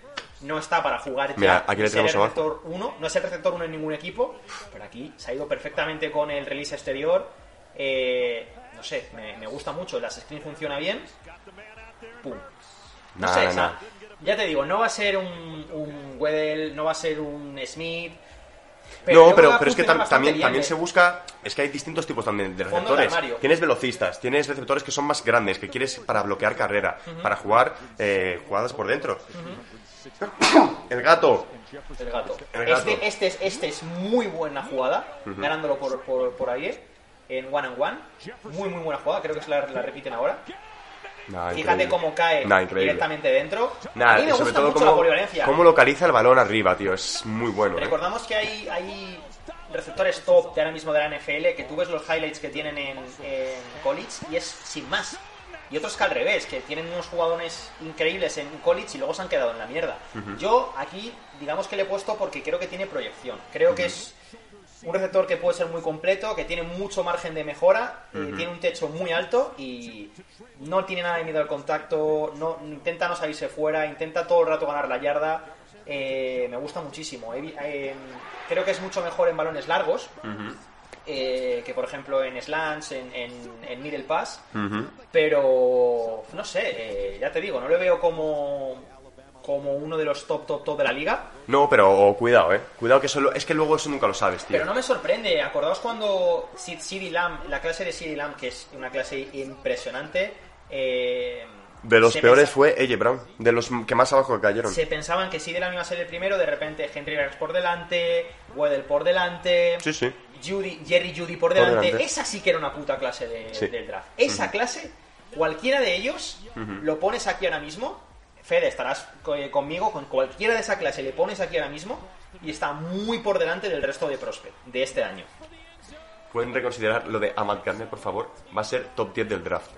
no está para jugar
Mira,
ya
aquí le
y ser
tenemos
el
a Bar.
receptor uno, no es el receptor 1 en ningún equipo, pero aquí se ha ido perfectamente con el release exterior. Eh, no sé, me, me gusta mucho, las screens funciona bien. Pum, no
Nah,
sé,
nah,
o sea,
nah.
ya te digo, no va a ser un, un Weddle, no va a ser un Smith.
no,
yo creo
pero,
va a
pero es que
funcionar
tam-
bastante
también,
bien,
también
¿eh?
se busca. Es que hay distintos tipos también de
Fondo de
receptores.
armario.
tienes velocistas, tienes receptores que son más grandes, que quieres para bloquear carrera, para jugar eh, jugadas por dentro. El gato.
El gato.
El gato.
Este, este, es, este es muy buena jugada, ganándolo por, por, por ahí, eh, en one and one. Muy, muy buena jugada, creo que es la, la repiten ahora.
Nah, Ah,
Fíjate
increíble.
cómo cae
Nah, increíble.
directamente dentro.
Nah,
A mí me
y sobre
gusta
todo
mucho
cómo,
la polivalencia.
cómo localiza el balón arriba, tío. Es muy bueno. ¿eh?
Recordamos que hay, hay receptores top de ahora mismo de la NFL que tú ves los highlights que tienen en, en college y es sin más. Y otros que al revés, que tienen unos jugadores increíbles en college y luego se han quedado en la mierda. Yo aquí, digamos que le he puesto porque creo que tiene proyección. Creo que es un receptor que puede ser muy completo, que tiene mucho margen de mejora, eh, tiene un techo muy alto y no tiene nada de miedo al contacto, no intenta no salirse fuera, intenta todo el rato ganar la yarda. Eh, me gusta muchísimo. He vi- eh, creo que es mucho mejor en balones largos eh, que, por ejemplo, en slants, en, en- en middle pass. Pero, no sé, eh, ya te digo, no le veo como, como uno de los top, top, top de la liga.
No, pero oh, cuidado, eh. Cuidado que solo. Es que luego eso nunca lo sabes, tío.
Pero no me sorprende, acordaos cuando Sid Sidney Lamb, la clase de Sidney Lamb, que es una clase impresionante, eh,
De los
se
peores
pensa-
fue EJ Brown. De los que más abajo cayeron.
Se pensaban que Sidney Lamb iba a ser el primero, de repente Henry Rivers por delante, Weddle por delante,
Sí, sí.
Judy, Jerry Judy por delante.
delante.
Esa sí que era una puta clase de-
Sí.
del draft. Esa clase, cualquiera de ellos, lo pones aquí ahora mismo. Fede, estarás co- eh, conmigo con cualquiera de esa clase, le pones aquí ahora mismo y está muy por delante del resto de prospect de este año.
Pueden reconsiderar lo de Amad Garner, por favor. Va a ser top 10 del draft.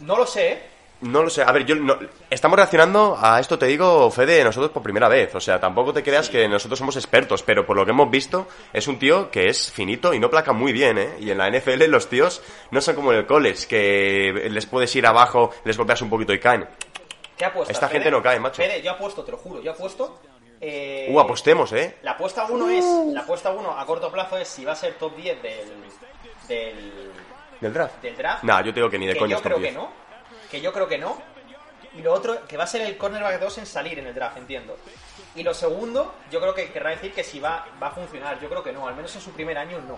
No lo sé, ¿eh?
No lo sé, a ver, yo no- estamos reaccionando a esto, te digo, Fede, nosotros por primera vez. O sea, tampoco te creas que nosotros somos expertos, pero por lo que hemos visto, es un tío que es finito y no placa muy bien, ¿eh? Y en la NFL los tíos no son como en el college, que les puedes ir abajo, les golpeas un poquito y caen.
¿Qué apuestas?
Esta gente
Fede?
no cae, macho.
Fede, yo apuesto, te lo juro, yo apuesto. eh,
Uh, apostemos, ¿eh?
La apuesta 1 es. La apuesta 1 a corto plazo es si va a ser top 10 del. del.
¿Del draft?
del draft.
Nah, yo te digo que ni de
que
coña
yo
es top
creo que
10.
no. Que yo creo que no. Y lo otro, que va a ser el cornerback 2 en salir en el draft, entiendo. Y lo segundo, yo creo que querrá decir que si va, va a funcionar. Yo creo que no, al menos en su primer año no.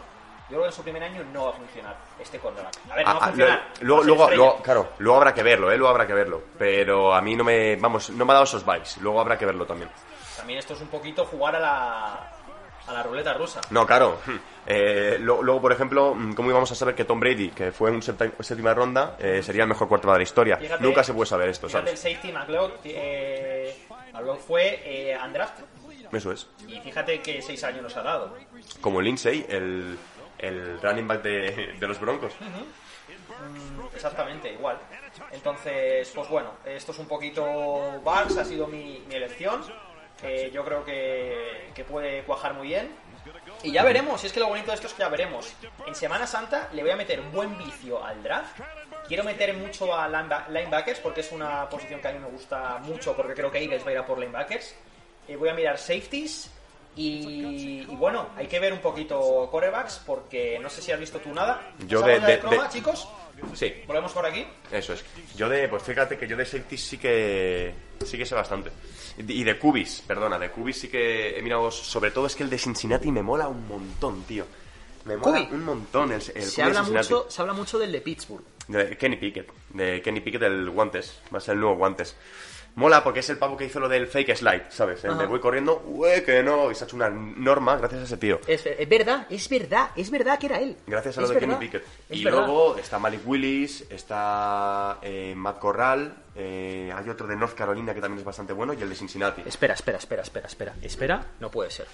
Yo creo que en su primer año no va a funcionar este cornerback. A ver, no va
Ah,
a
ah, lo-
funcionar.
luego,
va a ser
luego,
estrella.
luego- claro, luego habrá que verlo, ¿eh? Luego habrá que verlo. Pero a mí no me, vamos, no me ha dado esos vibes. Luego habrá que verlo también.
También esto es un poquito jugar a la. a la ruleta rusa.
No, claro. Eh, lo- luego, por ejemplo, mm, ¿cómo íbamos a saber que Tom Brady, que fue en septa- séptima ronda, eh, sería el mejor cuarto de la historia?
Fíjate-
Nunca se puede saber esto,
Fíjate el
¿sabes?
safety McLeod, eh, McLeod fue eh, undrafted.
Eso es.
Y fíjate que seis años nos ha dado.
Como Lindsay, el, el running back de, de los Broncos.
Exactamente, igual. Entonces, pues bueno, esto es un poquito Barks, ha sido mi, mi elección. Eh, yo creo que, que puede cuajar muy bien. Y ya veremos, si es que lo bonito de esto es que ya veremos. En Semana Santa le voy a meter un buen vicio al draft. Quiero meter mucho a lineba- linebackers porque es una posición que a mí me gusta mucho porque creo que Eagles va a ir a por linebackers. Eh, voy a mirar safeties y, y bueno, hay que ver un poquito corebacks porque no sé si has visto tú nada.
Yo
¿Pasamos
de-
ya
de-
croma,
de-
chicos?
Sí,
Volvemos por aquí.
eso es. Yo de, pues fíjate que yo de safety sí que, sí que sé bastante. Y de Cubis, perdona, de Cubis sí que he mirado, sobre todo es que el de Cincinnati me mola un montón, tío. Me mola
Kubi.
un montón el, el Kubi
se
de
habla
Cincinnati.
mucho se habla mucho del de Pittsburgh
de Kenny Pickett, de Kenny Pickett del Guantes, va a ser el nuevo Guantes. Mola porque es el pavo que hizo lo del fake slide, ¿sabes? El de voy corriendo, ¡Ue, que no! Y se ha hecho una norma gracias a ese tío.
Es, es verdad, es verdad, es verdad que era él.
Gracias a
Es
lo de
verdad,
Kenny Pickett.
es
y
verdad.
luego está Malik Willis, está eh, Matt Corral, eh, hay otro de North Carolina que también es bastante bueno y el de Cincinnati.
Espera, espera, espera, espera, espera. Espera, no puede ser.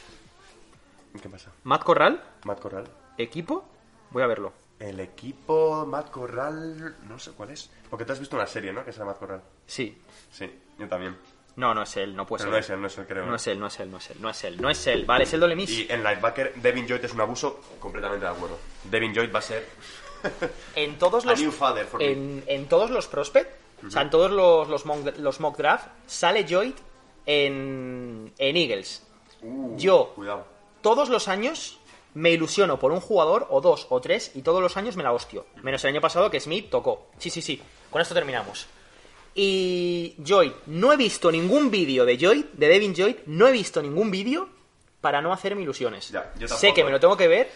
¿Qué pasa?
Matt Corral,
Matt Corral.
equipo. Voy a verlo.
El equipo Matt Corral, no sé cuál es. Porque tú has visto una serie, ¿no? Que es la Matt Corral.
Sí.
Sí, yo también.
No, no es él, no puede
Pero no
ser.
es él, no es él, creo.
No es él, no es él, no es él, no es él, no es él. Vale, es el doble miss.
Y en linebacker, Devin Lloyd es un abuso, completamente de acuerdo. Devin Lloyd va a ser
En todos
a
los
new father for me.
en, en todos los prospect, o sea, en todos los, los, mock, los mock draft, sale Joyd en, en Eagles.
Uh,
yo-
Cuidado.
Todos los años me ilusiono por un jugador, o dos, o tres, y todos los años me la hostio. Menos el año pasado que Smith tocó. Sí, sí, sí. Con esto terminamos. Y Joyd, no he visto ningún vídeo de Joyd, de Devin Joyd, no he visto ningún vídeo para no hacerme ilusiones.
Ya, yo
sé
tampoco,
que me
eh.
lo tengo que ver,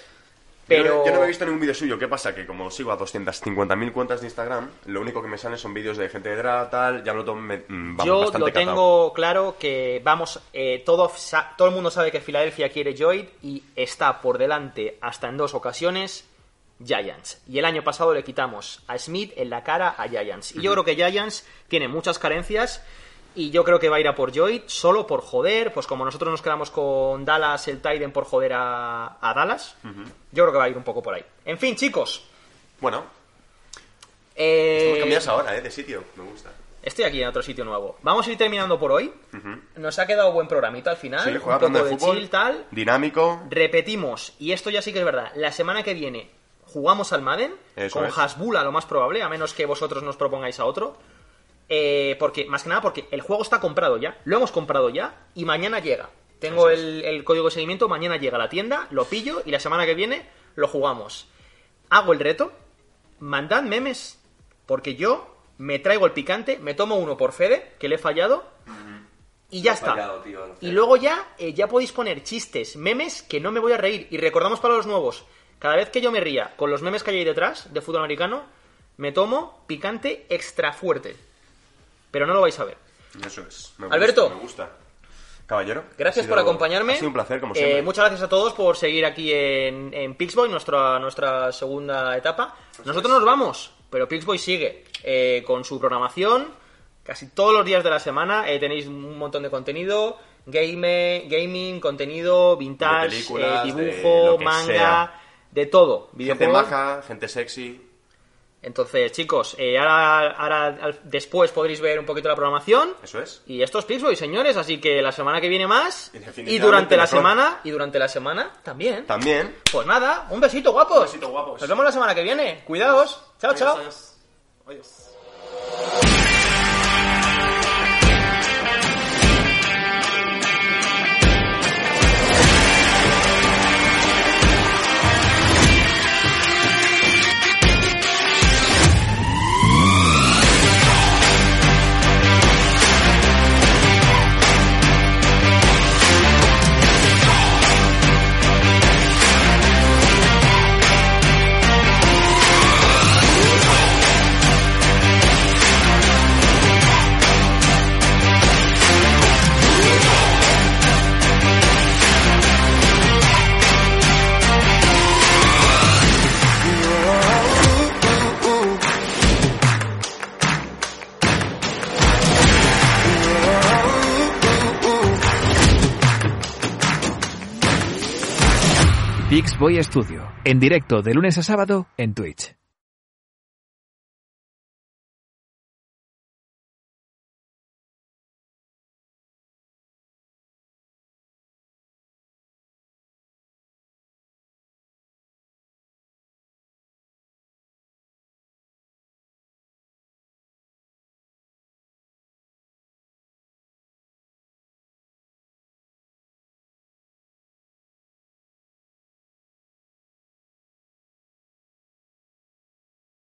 pero...
Yo, no- yo no me he visto ningún vídeo suyo. ¿Qué pasa? Que como sigo a 250.000 cuentas de Instagram, lo único que me salen son vídeos de gente de draft, tal. Ya me lo tomo. me- mm, vamos,
Yo
bastante
lo
catado.
tengo claro que vamos, eh, todo, sa- todo el mundo sabe que Filadelfia quiere Joyd y está por delante hasta en dos ocasiones Giants. Y el año pasado le quitamos a Smith en la cara a Giants. Y yo creo que Giants tiene muchas carencias y yo creo que va a ir a por Joyd solo por joder, pues como nosotros nos quedamos con Dallas, el Tiden por joder a, a Dallas, yo creo que va a ir un poco por ahí. En fin, chicos.
Bueno,
Eh,
hemos cambiado ahora, ¿eh? De sitio. Me gusta.
Estoy aquí en otro sitio nuevo. Vamos a ir terminando por hoy. Nos ha quedado buen programita al final.
Sí,
un
juega
poco
hablando
de,
de fútbol.
chill, tal.
Dinámico.
Repetimos, y esto ya sí que es verdad, la semana que viene jugamos al Madden
Eso
con
es.
Hasbula lo más probable, a menos que vosotros nos propongáis a otro. Eh, porque, más que nada, porque el juego está comprado ya, lo hemos comprado ya, y mañana llega. Tengo
Eso es.
el, el código de seguimiento, mañana llega a la tienda, lo pillo y la semana que viene lo jugamos. Hago el reto, mandad memes, porque yo me traigo el picante, me tomo uno por Fede, que le he fallado, y ya
Lo he
está.
fallado, tío, lo
y
sé.
luego ya, eh, ya podéis poner chistes, memes, que no me voy a reír. Y recordamos para los nuevos, cada vez que yo me ría con los memes que hay ahí detrás de fútbol americano, me tomo picante extra fuerte. Pero no lo vais a ver.
Eso es. Me
Alberto.
Gusta, me gusta. Caballero.
Gracias
ha
por
sido-
acompañarme.
Ha sido un placer, como
Eh,
siempre.
muchas gracias a todos por seguir aquí en, en Pixboy, nuestra, nuestra segunda etapa. Nosotros nos vamos, pero Pixboy sigue eh, con su programación. Casi todos los días de la semana eh, tenéis un montón de contenido. Game, gaming, contenido, vintage,
De películas,
eh,
de
dibujo,
lo que
manga,
sea.
de todo.
Gente
Videojuegos.
maja, gente sexy.
Entonces, chicos, eh, ahora, ahora al- después podréis ver un poquito la programación.
Eso es.
Y esto es Pixboy, señores, así que la semana que viene más
Y definitivamente
y durante la
mejor.
semana y durante la semana también.
También.
Pues nada, un besito guapos.
Un besito, guapos.
Nos vemos la semana que viene. Cuidaos. Chao, chao.
Adiós. Adiós.
Pixboy Studio, en directo de lunes a sábado en Twitch.